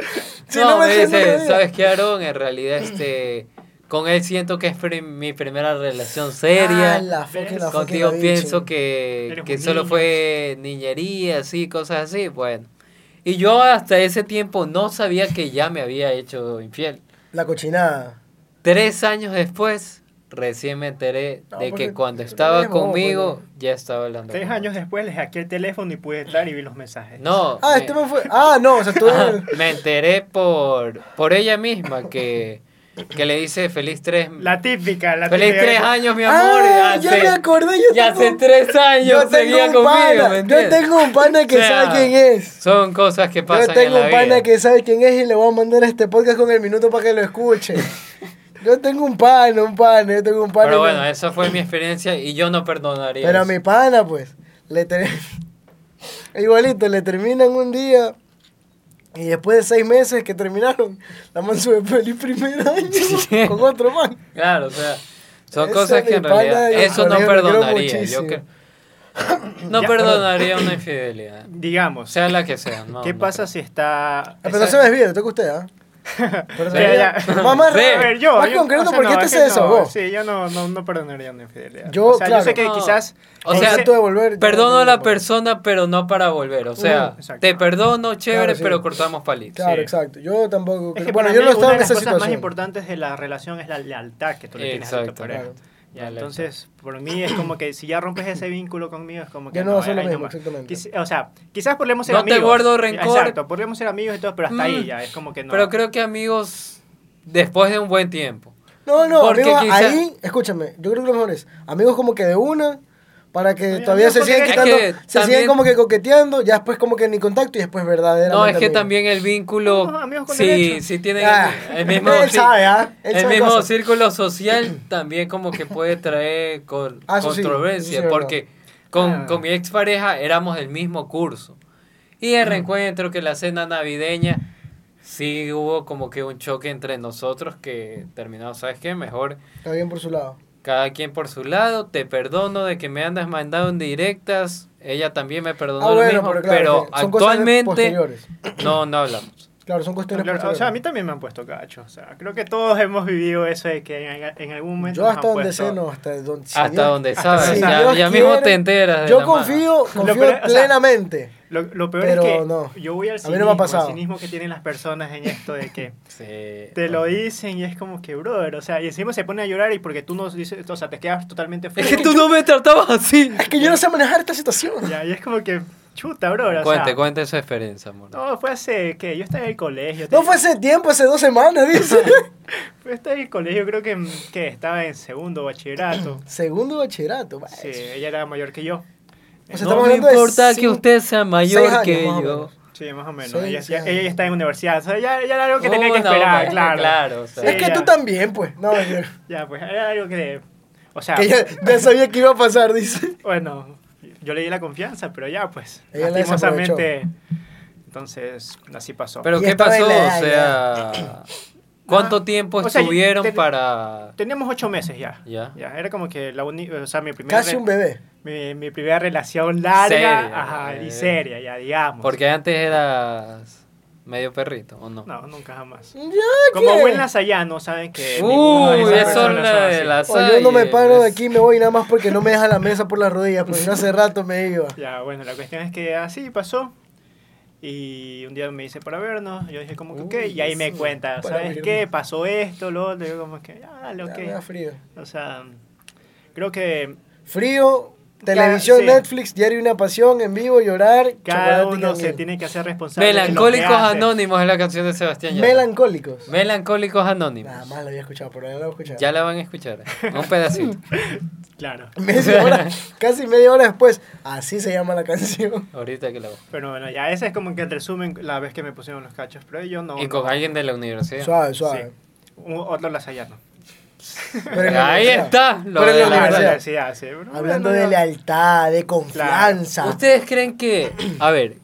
[SPEAKER 1] Si no, me, dices, no me
[SPEAKER 2] dice,
[SPEAKER 1] digas.
[SPEAKER 2] ¿sabes qué, Aarón? En realidad, este, con él siento que es pri- mi primera relación seria.
[SPEAKER 1] Ah, la fucking, la
[SPEAKER 2] Contigo
[SPEAKER 1] fucking
[SPEAKER 2] pienso
[SPEAKER 1] bicha.
[SPEAKER 2] que,
[SPEAKER 3] Eres
[SPEAKER 2] que
[SPEAKER 3] un
[SPEAKER 2] solo
[SPEAKER 3] niño.
[SPEAKER 2] fue niñería, así, cosas así, bueno. Y yo hasta ese tiempo no sabía que ya me había hecho infiel.
[SPEAKER 1] La cochinada.
[SPEAKER 2] Tres años después, recién me enteré
[SPEAKER 1] No,
[SPEAKER 2] de
[SPEAKER 1] porque
[SPEAKER 2] que cuando
[SPEAKER 1] tú
[SPEAKER 2] estaba
[SPEAKER 1] eres bobo,
[SPEAKER 2] conmigo,
[SPEAKER 1] güey.
[SPEAKER 2] ya estaba hablando.
[SPEAKER 3] Tres
[SPEAKER 2] con
[SPEAKER 3] años después le hackeé el teléfono y pude entrar y vi los mensajes.
[SPEAKER 2] él. No.
[SPEAKER 1] Ah,
[SPEAKER 2] me- <laughs>
[SPEAKER 1] este me fue. Ah, no, o sea, tú.
[SPEAKER 2] Ajá, me enteré por, por ella misma que, que le dice feliz tres...
[SPEAKER 3] La típica, la
[SPEAKER 2] Feliz
[SPEAKER 3] típica.
[SPEAKER 2] tres años, mi amor.
[SPEAKER 1] Ah,
[SPEAKER 2] y
[SPEAKER 1] ya
[SPEAKER 2] hace-
[SPEAKER 1] me acordé. Yo
[SPEAKER 2] y hace
[SPEAKER 1] tengo-
[SPEAKER 2] tres años
[SPEAKER 1] Yo tengo
[SPEAKER 2] seguía
[SPEAKER 1] un
[SPEAKER 2] conmigo,
[SPEAKER 1] pana,
[SPEAKER 2] ¿me
[SPEAKER 1] yo
[SPEAKER 2] entiendes?
[SPEAKER 1] tengo un pana que
[SPEAKER 2] O sea,
[SPEAKER 1] sabe quién es.
[SPEAKER 2] Son cosas que pasan
[SPEAKER 1] Yo tengo
[SPEAKER 2] en la
[SPEAKER 1] un pana
[SPEAKER 2] vida.
[SPEAKER 1] que sabe quién es y le voy a mandar este podcast con el minuto para que lo escuche. Yo tengo un pana, un pana, yo tengo un pana.
[SPEAKER 2] Pero
[SPEAKER 1] y-
[SPEAKER 2] bueno, esa fue mi experiencia y yo no perdonaría.
[SPEAKER 1] Pero a
[SPEAKER 2] eso.
[SPEAKER 1] mi pana, pues, le ter- igualito, le terminan un día y después de seis meses que terminaron, la man sube peli primer año
[SPEAKER 2] Sí.
[SPEAKER 1] con otro man.
[SPEAKER 2] Claro, o sea, son
[SPEAKER 1] Ese
[SPEAKER 2] cosas que en
[SPEAKER 1] mi pana
[SPEAKER 2] realidad.
[SPEAKER 1] de
[SPEAKER 2] Eso
[SPEAKER 1] colegio
[SPEAKER 2] no
[SPEAKER 1] lo quiero
[SPEAKER 2] perdonaría. Yo
[SPEAKER 1] muchísimo.
[SPEAKER 2] creo- <coughs> no
[SPEAKER 3] Ya,
[SPEAKER 2] perdonaría una infidelidad.
[SPEAKER 3] Digamos,
[SPEAKER 2] Sea la que sea. no,
[SPEAKER 3] ¿qué
[SPEAKER 2] no
[SPEAKER 3] pasa si está...
[SPEAKER 1] Ah, Pero no
[SPEAKER 3] <laughs>
[SPEAKER 1] se me desvíe, le toca a usted, ¿ah? Pero
[SPEAKER 2] Sí.
[SPEAKER 1] se-
[SPEAKER 2] Ya,
[SPEAKER 1] <laughs>
[SPEAKER 3] ya.
[SPEAKER 1] Más, más-
[SPEAKER 2] Sí.
[SPEAKER 1] más concreto
[SPEAKER 3] o sea,
[SPEAKER 1] porque
[SPEAKER 3] no,
[SPEAKER 1] este
[SPEAKER 3] es
[SPEAKER 1] se
[SPEAKER 3] que
[SPEAKER 1] desahogó.
[SPEAKER 3] No, sí, yo no, no, no perdonaría una infidelidad.
[SPEAKER 1] Yo,
[SPEAKER 3] o sea,
[SPEAKER 1] claro.
[SPEAKER 3] yo sé que
[SPEAKER 2] No.
[SPEAKER 3] quizás...
[SPEAKER 2] O
[SPEAKER 1] El
[SPEAKER 2] sea,
[SPEAKER 1] concepto de volver, yo
[SPEAKER 2] Perdono
[SPEAKER 1] no
[SPEAKER 2] a la
[SPEAKER 1] tengo-
[SPEAKER 2] persona, pero no para volver. O sea,
[SPEAKER 3] Mm, exacto.
[SPEAKER 2] te perdono, chévere,
[SPEAKER 1] Claro, sí.
[SPEAKER 2] pero cortamos palitos.
[SPEAKER 1] Claro,
[SPEAKER 3] Sí.
[SPEAKER 1] exacto. Yo tampoco.
[SPEAKER 3] Es
[SPEAKER 1] creo-
[SPEAKER 3] que
[SPEAKER 1] bueno,
[SPEAKER 3] para
[SPEAKER 1] yo
[SPEAKER 3] mí
[SPEAKER 1] no estaba
[SPEAKER 3] una
[SPEAKER 1] en
[SPEAKER 3] de las
[SPEAKER 1] esa
[SPEAKER 3] cosas más
[SPEAKER 1] situación.
[SPEAKER 3] importantes de la relación es la lealtad que tú le tienes a tu
[SPEAKER 2] Exacto.
[SPEAKER 3] pareja.
[SPEAKER 1] Claro.
[SPEAKER 3] Ya,
[SPEAKER 2] La
[SPEAKER 3] entonces, por mí es como que si ya rompes ese vínculo conmigo, es como que
[SPEAKER 1] Ya no va a ser lo
[SPEAKER 3] ahí
[SPEAKER 1] mismo,
[SPEAKER 3] más.
[SPEAKER 1] exactamente.
[SPEAKER 3] Quis- o sea, quizás podríamos ser
[SPEAKER 2] No te
[SPEAKER 3] amigos.
[SPEAKER 2] guardo rencor.
[SPEAKER 3] Exacto, podríamos ser amigos y todo, pero hasta ahí
[SPEAKER 2] Mm.
[SPEAKER 3] ya, es como que no.
[SPEAKER 2] Pero creo que amigos, después de un buen tiempo.
[SPEAKER 1] No, no,
[SPEAKER 2] Porque
[SPEAKER 1] amigos,
[SPEAKER 2] quizá-
[SPEAKER 1] ahí, escúchame, yo creo que lo mejor es amigos como que de una, para que
[SPEAKER 3] Oye,
[SPEAKER 1] todavía
[SPEAKER 3] amigos,
[SPEAKER 1] se
[SPEAKER 3] porque
[SPEAKER 1] siguen
[SPEAKER 3] es
[SPEAKER 1] quitando,
[SPEAKER 2] que
[SPEAKER 1] se siguen
[SPEAKER 2] también-
[SPEAKER 1] como que coqueteando, ya después como que ni contacto y después verdaderamente.
[SPEAKER 2] No, es que
[SPEAKER 1] amigos.
[SPEAKER 2] también el vínculo,
[SPEAKER 3] Amigos, amigos con
[SPEAKER 2] si,
[SPEAKER 3] derecho.
[SPEAKER 2] si tienen
[SPEAKER 1] Ah, <laughs>
[SPEAKER 2] el mismo,
[SPEAKER 1] él
[SPEAKER 2] sí,
[SPEAKER 1] sabe, ¿ah? Él
[SPEAKER 2] el
[SPEAKER 1] sabe
[SPEAKER 2] mismo
[SPEAKER 1] cosas.
[SPEAKER 2] círculo social, también como que puede traer con,
[SPEAKER 1] Ah, eso sí, eso sí
[SPEAKER 2] controversia,
[SPEAKER 1] es verdad.
[SPEAKER 2] porque con,
[SPEAKER 3] Ah.
[SPEAKER 2] con mi expareja éramos del mismo curso. Y
[SPEAKER 1] Ah.
[SPEAKER 2] el reencuentro, que la cena navideña, sí hubo como que un choque entre nosotros que terminó, ¿sabes qué? Mejor
[SPEAKER 1] Está bien por su lado.
[SPEAKER 2] cada quien por su lado, te perdono de que me andas mandando en directas, ella también me perdonó
[SPEAKER 1] Ah,
[SPEAKER 2] lo
[SPEAKER 1] bueno,
[SPEAKER 2] mismo,
[SPEAKER 1] pero
[SPEAKER 2] pero,
[SPEAKER 1] claro, que son cosas
[SPEAKER 2] actualmente
[SPEAKER 1] posteriores.
[SPEAKER 2] no, no hablamos.
[SPEAKER 1] Claro, son cuestiones
[SPEAKER 3] Claro, o
[SPEAKER 1] posteriores.
[SPEAKER 3] sea, a mí también me han puesto cacho. O sea, creo que todos hemos vivido eso de que en, en algún momento.
[SPEAKER 1] yo
[SPEAKER 3] nos
[SPEAKER 1] hasta
[SPEAKER 3] han
[SPEAKER 1] donde
[SPEAKER 3] puesto-
[SPEAKER 1] sé, no, hasta donde si
[SPEAKER 2] Hasta
[SPEAKER 1] Dios-
[SPEAKER 2] donde sabes,
[SPEAKER 1] si
[SPEAKER 2] ya,
[SPEAKER 1] Dios
[SPEAKER 2] ya
[SPEAKER 1] quiere.
[SPEAKER 2] mismo te enteras. de
[SPEAKER 1] Yo
[SPEAKER 2] la mano.
[SPEAKER 1] confío, confío
[SPEAKER 3] peor- o sea,
[SPEAKER 1] plenamente.
[SPEAKER 3] Lo, lo peor
[SPEAKER 1] Pero
[SPEAKER 3] es que
[SPEAKER 1] no.
[SPEAKER 3] yo voy al
[SPEAKER 1] A mí no
[SPEAKER 3] cinismo,
[SPEAKER 1] me ha
[SPEAKER 3] el
[SPEAKER 1] pasado.
[SPEAKER 3] cinismo que tienen las personas en esto de que
[SPEAKER 2] Sí.
[SPEAKER 3] te lo dicen y es como que, brother, o sea, y encima se pone a llorar y porque tú no dices, o sea, te quedas totalmente frío.
[SPEAKER 2] Es que tú no me tratabas
[SPEAKER 3] <laughs>
[SPEAKER 2] así.
[SPEAKER 1] Es que yo no sé manejar esta situación.
[SPEAKER 3] Ya, y es como que, chuta, brother, o
[SPEAKER 2] Cuente,
[SPEAKER 3] sea,
[SPEAKER 2] cuente su experiencia, amor.
[SPEAKER 3] No, fue hace que yo estaba en el colegio.
[SPEAKER 1] No
[SPEAKER 3] tenía-
[SPEAKER 1] fue hace tiempo, hace dos semanas,
[SPEAKER 2] <laughs>
[SPEAKER 1] dice.
[SPEAKER 3] Yo estaba en el colegio, creo que, que estaba en
[SPEAKER 1] <clears throat>
[SPEAKER 3] segundo bachillerato.
[SPEAKER 1] Segundo bachillerato. va,
[SPEAKER 3] Sí, ella era mayor que yo.
[SPEAKER 1] O sea,
[SPEAKER 2] no
[SPEAKER 1] pues estamos
[SPEAKER 2] me
[SPEAKER 1] hablando de
[SPEAKER 2] importa que
[SPEAKER 1] cinco-
[SPEAKER 2] usted sea mayor
[SPEAKER 1] seis años,
[SPEAKER 2] que
[SPEAKER 1] más o
[SPEAKER 2] yo.
[SPEAKER 1] menos.
[SPEAKER 3] Sí, más o menos.
[SPEAKER 1] Sí,
[SPEAKER 3] ella,
[SPEAKER 1] sí.
[SPEAKER 3] ya, ella ya está en universidad, o sea, ya, ya era algo que tenía que
[SPEAKER 2] Oh, no,
[SPEAKER 3] esperar,
[SPEAKER 2] bueno,
[SPEAKER 3] claro.
[SPEAKER 2] claro, o sea.
[SPEAKER 1] Es que
[SPEAKER 3] ya.
[SPEAKER 1] tú también, pues.
[SPEAKER 3] <laughs>
[SPEAKER 1] No, yo-
[SPEAKER 3] Ya, pues era algo que. O sea,
[SPEAKER 1] que ya, ya sabía que iba a pasar, dice.
[SPEAKER 3] bueno, yo le di la confianza, pero ya, pues.
[SPEAKER 1] Ella la
[SPEAKER 3] Lastimosamente. Entonces, así pasó.
[SPEAKER 2] Pero
[SPEAKER 1] Y
[SPEAKER 2] ¿qué
[SPEAKER 1] estaba en
[SPEAKER 2] pasó? O
[SPEAKER 1] la edad,
[SPEAKER 2] sea, <clears throat> ¿cuánto
[SPEAKER 3] Ah,
[SPEAKER 2] tiempo
[SPEAKER 3] o sea, yo
[SPEAKER 2] estuvieron
[SPEAKER 3] ten-
[SPEAKER 2] para
[SPEAKER 3] Teníamos ocho meses ya.
[SPEAKER 2] Ya.
[SPEAKER 3] era como que la uni- o sea, mi primera
[SPEAKER 1] Casi un bebé.
[SPEAKER 3] mi, mi primera relación larga
[SPEAKER 2] Seria,
[SPEAKER 3] ajá,
[SPEAKER 2] eh.
[SPEAKER 3] y seria, ya digamos.
[SPEAKER 2] Porque antes eras medio perrito, ¿o no?
[SPEAKER 3] No, nunca jamás.
[SPEAKER 1] Ya,
[SPEAKER 3] Como
[SPEAKER 1] ¿qué?
[SPEAKER 3] buen lasallanos, saben que. ninguno de
[SPEAKER 2] Uy,
[SPEAKER 3] esas
[SPEAKER 2] eso
[SPEAKER 3] personas son
[SPEAKER 2] la de
[SPEAKER 3] así.
[SPEAKER 2] las
[SPEAKER 1] O yo no me
[SPEAKER 2] ayes.
[SPEAKER 1] paro de aquí y me voy nada más porque no me deja la mesa por las rodillas, porque yo hace rato me
[SPEAKER 3] <laughs>
[SPEAKER 1] iba.
[SPEAKER 3] Ya, bueno, la cuestión es que así pasó. Y un día me dice para vernos. Yo dije, como que,
[SPEAKER 1] Uy,
[SPEAKER 3] ok. Y ahí me
[SPEAKER 1] eso,
[SPEAKER 3] cuenta,
[SPEAKER 1] para
[SPEAKER 3] ¿sabes
[SPEAKER 1] vernos.
[SPEAKER 3] qué? Pasó esto, lo otro. Yo, como que, ah, dale,
[SPEAKER 1] Ya, me da
[SPEAKER 3] ok.
[SPEAKER 1] frío.
[SPEAKER 3] O sea, creo que
[SPEAKER 1] Frío,
[SPEAKER 3] Ya,
[SPEAKER 1] televisión,
[SPEAKER 3] sí.
[SPEAKER 1] Netflix, diario Una Pasión, en vivo, llorar, chocolate
[SPEAKER 3] cada
[SPEAKER 1] y
[SPEAKER 3] uno se
[SPEAKER 1] canguil.
[SPEAKER 3] tiene que hacer responsable. de lo que
[SPEAKER 2] Melancólicos
[SPEAKER 3] hace.
[SPEAKER 2] Anónimos es la canción de Sebastián Yatra.
[SPEAKER 1] Melancólicos.
[SPEAKER 2] Melancólicos Anónimos.
[SPEAKER 1] Nada más lo había escuchado, pero no lo había escuchado.
[SPEAKER 2] Ya la van a escuchar. ¿eh? Un pedacito.
[SPEAKER 3] Claro.
[SPEAKER 1] <laughs> Media
[SPEAKER 2] <laughs>
[SPEAKER 1] hora, casi media hora después. Así se llama la canción.
[SPEAKER 2] Ahorita que la busco.
[SPEAKER 3] Pero bueno, ya ese es como que el resumen la vez que me pusieron los cachos. Pero yo no.
[SPEAKER 2] Y
[SPEAKER 3] no.
[SPEAKER 2] con alguien de la universidad.
[SPEAKER 1] Suave, suave.
[SPEAKER 3] Un- otro lasallano.
[SPEAKER 1] Pero en la
[SPEAKER 2] Ahí
[SPEAKER 1] universidad.
[SPEAKER 2] está. Lo
[SPEAKER 1] Pero en
[SPEAKER 2] de
[SPEAKER 1] la
[SPEAKER 2] la
[SPEAKER 1] universidad.
[SPEAKER 2] verdad.
[SPEAKER 3] sí. Bueno,
[SPEAKER 1] Hablando
[SPEAKER 3] bueno,
[SPEAKER 1] de
[SPEAKER 3] ya.
[SPEAKER 1] lealtad, de confianza.
[SPEAKER 2] ¿Ustedes creen que, a ver,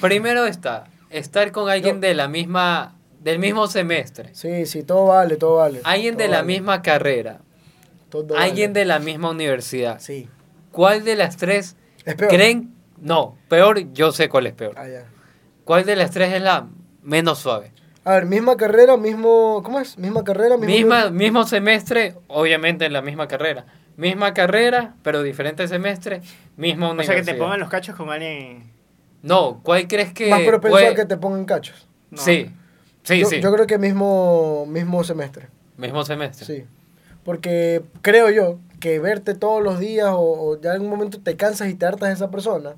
[SPEAKER 2] primero está estar con alguien de la misma, del mismo semestre,
[SPEAKER 1] Sí, sí, todo vale, todo vale.
[SPEAKER 2] alguien de
[SPEAKER 1] Todo
[SPEAKER 2] la
[SPEAKER 1] vale,
[SPEAKER 2] misma carrera,
[SPEAKER 1] todo
[SPEAKER 2] alguien
[SPEAKER 1] vale.
[SPEAKER 2] de la misma universidad?
[SPEAKER 1] Sí.
[SPEAKER 2] ¿Cuál de las tres
[SPEAKER 1] Es peor.
[SPEAKER 2] creen? No, peor, yo sé cuál es peor.
[SPEAKER 1] Ah, ya.
[SPEAKER 2] ¿Cuál de las tres es la menos suave?
[SPEAKER 1] A ver, misma carrera, mismo. ¿Cómo es? Misma carrera, mismo.
[SPEAKER 2] Misma, mismo semestre, obviamente en la misma carrera. Misma carrera, pero diferente semestre, misma
[SPEAKER 3] O sea, que
[SPEAKER 2] universidad.
[SPEAKER 3] te pongan los cachos con alguien.
[SPEAKER 2] No, ¿cuál crees que...?
[SPEAKER 1] Más propenso
[SPEAKER 2] puede-
[SPEAKER 1] a que te pongan cachos.
[SPEAKER 3] no.
[SPEAKER 2] Sí, sí,
[SPEAKER 1] yo,
[SPEAKER 2] sí.
[SPEAKER 1] yo creo que mismo, mismo semestre.
[SPEAKER 2] Mismo semestre.
[SPEAKER 1] Sí. Porque creo yo que verte todos los días o, o ya en un momento te cansas y te hartas de esa persona.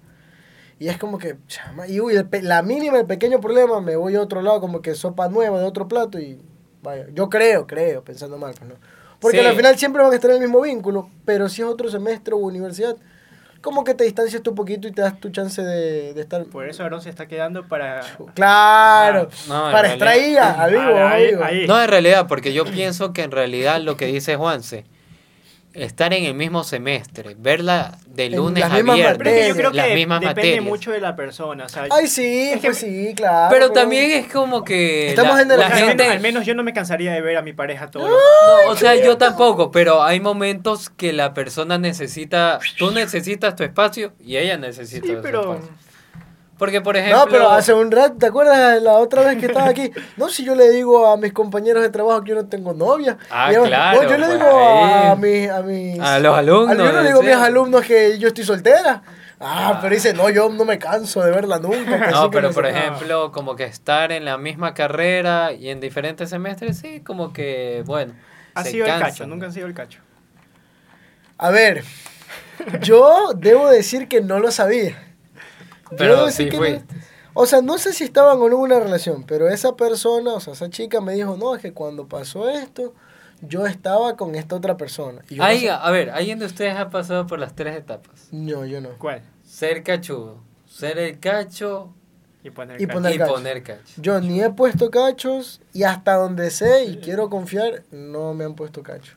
[SPEAKER 1] Y es como que, chama, y uy, el pe- la mínima, el pequeño problema, me voy a otro lado, como que sopa nueva de otro plato y vaya. Yo creo, creo, pensando mal, pues, ¿no? Porque
[SPEAKER 2] Sí.
[SPEAKER 1] al final siempre van a estar en el mismo vínculo, pero si es otro semestre o universidad, como que te distancias tú un poquito y te das tu chance de, de estar.
[SPEAKER 3] Por eso Aaron se está quedando para...
[SPEAKER 1] Claro,
[SPEAKER 2] Ah, No, en
[SPEAKER 1] para
[SPEAKER 2] realidad-
[SPEAKER 1] extraer a vivo, a
[SPEAKER 3] Ahí-
[SPEAKER 1] vivo.
[SPEAKER 3] ahí.
[SPEAKER 2] No, en realidad, porque yo pienso que en realidad lo que dice Juanse, estar en el mismo semestre, verla de
[SPEAKER 1] En
[SPEAKER 2] lunes
[SPEAKER 1] las
[SPEAKER 2] a
[SPEAKER 1] mismas
[SPEAKER 2] viernes,
[SPEAKER 3] Pero es que yo creo que
[SPEAKER 2] las mismas
[SPEAKER 3] depende
[SPEAKER 2] materias.
[SPEAKER 3] mucho de la persona. o sea,
[SPEAKER 1] Ay, sí,
[SPEAKER 3] Es que-
[SPEAKER 1] pues sí, claro.
[SPEAKER 2] Pero también es como que
[SPEAKER 1] Estamos
[SPEAKER 2] la,
[SPEAKER 1] en el-
[SPEAKER 2] la
[SPEAKER 1] o
[SPEAKER 3] al, menos-
[SPEAKER 2] gente...
[SPEAKER 3] al menos yo no me cansaría de ver a mi pareja todo.
[SPEAKER 2] No, o sea, yo tampoco, pero hay momentos que la persona necesita, tú necesitas tu espacio y ella necesita
[SPEAKER 3] Sí,
[SPEAKER 2] su
[SPEAKER 3] pero...
[SPEAKER 2] espacio. Porque, por <laughs> ejemplo...
[SPEAKER 1] No, pero hace un rato, ¿te acuerdas la otra vez que estaba
[SPEAKER 2] <laughs>
[SPEAKER 1] aquí? No, si yo le digo a mis compañeros de trabajo que yo no tengo novia.
[SPEAKER 2] Ah,
[SPEAKER 1] Y yo-
[SPEAKER 2] claro,
[SPEAKER 1] No, yo le
[SPEAKER 2] pues,
[SPEAKER 1] digo a
[SPEAKER 2] ahí.
[SPEAKER 1] mis, a mis...
[SPEAKER 2] A los alumnos,
[SPEAKER 1] Yo no le digo a mis
[SPEAKER 2] decía.
[SPEAKER 1] alumnos que yo estoy soltera. Ah, pero dice, no, yo no me canso de verla
[SPEAKER 2] <laughs>
[SPEAKER 3] <laughs>
[SPEAKER 1] nunca. que sí,
[SPEAKER 2] No,
[SPEAKER 1] que
[SPEAKER 2] pero
[SPEAKER 1] sé
[SPEAKER 2] por
[SPEAKER 1] qué".
[SPEAKER 2] ejemplo, como que estar en la misma carrera y en diferentes semestres, sí, como que, bueno.
[SPEAKER 3] Ha
[SPEAKER 2] se
[SPEAKER 3] sido el
[SPEAKER 2] cansan.
[SPEAKER 3] cacho, nunca han sido el cacho.
[SPEAKER 1] A ver, yo debo decir que no lo sabía. Yo
[SPEAKER 2] Pero
[SPEAKER 1] debo decir
[SPEAKER 2] sí
[SPEAKER 1] que
[SPEAKER 2] fuiste.
[SPEAKER 1] no- o sea, no sé si estaban o no en una relación, pero esa persona, o sea, esa chica me dijo, no, es que cuando pasó esto, yo estaba con esta otra persona. Y yo no
[SPEAKER 2] Ay,
[SPEAKER 1] sé-
[SPEAKER 2] a ver, ¿alguien de ustedes ha pasado por las tres etapas?
[SPEAKER 1] No, yo no.
[SPEAKER 3] ¿Cuál?
[SPEAKER 2] Ser cachudo, ser el cacho
[SPEAKER 3] Y poner
[SPEAKER 1] Y
[SPEAKER 3] cacho.
[SPEAKER 1] poner
[SPEAKER 2] y
[SPEAKER 1] cacho.
[SPEAKER 2] poner cacho.
[SPEAKER 1] Yo ni he puesto cachos y hasta donde sé y quiero confiar, no me han puesto cacho.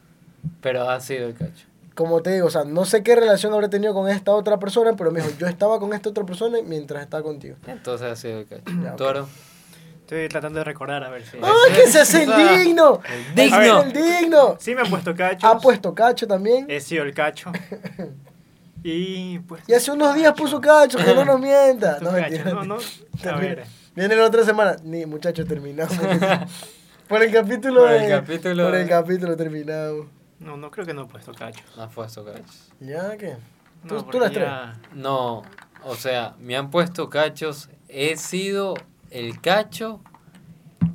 [SPEAKER 2] Pero ha sido el cacho.
[SPEAKER 1] Como te digo, o sea, no sé qué relación habré tenido con esta otra persona, pero me dijo, yo estaba con esta otra persona mientras estaba
[SPEAKER 2] <laughs>
[SPEAKER 1] contigo.
[SPEAKER 2] Entonces ha sido el cacho.
[SPEAKER 1] Ya, ok.
[SPEAKER 2] ¿Tú, Aaron?
[SPEAKER 3] Estoy tratando de recordar, a ver si...
[SPEAKER 2] Ah.
[SPEAKER 1] ¡Ay, que se hace el digno!
[SPEAKER 2] digno.
[SPEAKER 1] ¡Se hace el digno!
[SPEAKER 3] Sí me han puesto cacho.
[SPEAKER 1] Ha puesto cacho también.
[SPEAKER 2] Eh,
[SPEAKER 3] He sido
[SPEAKER 1] <laughs>
[SPEAKER 3] el cacho. Y pues...
[SPEAKER 1] Y hace unos días puso cacho, que no
[SPEAKER 2] <laughs>
[SPEAKER 1] nos mienta. No,
[SPEAKER 3] No,
[SPEAKER 1] mentira.
[SPEAKER 3] no, no. A ver.
[SPEAKER 1] Viene la otra semana. Ni, muchachos,
[SPEAKER 2] <laughs>
[SPEAKER 1] terminamos. por el capítulo
[SPEAKER 2] Por el
[SPEAKER 1] de-
[SPEAKER 2] capítulo
[SPEAKER 1] Por el
[SPEAKER 2] de-
[SPEAKER 1] capítulo terminamos.
[SPEAKER 3] No, no creo que no he puesto cacho.
[SPEAKER 2] No has puesto cacho.
[SPEAKER 1] ¿Ya qué?
[SPEAKER 3] No,
[SPEAKER 1] Tú- tú
[SPEAKER 3] porque
[SPEAKER 1] las
[SPEAKER 3] ya-
[SPEAKER 2] No, o sea, me han puesto cachos, he sido el cacho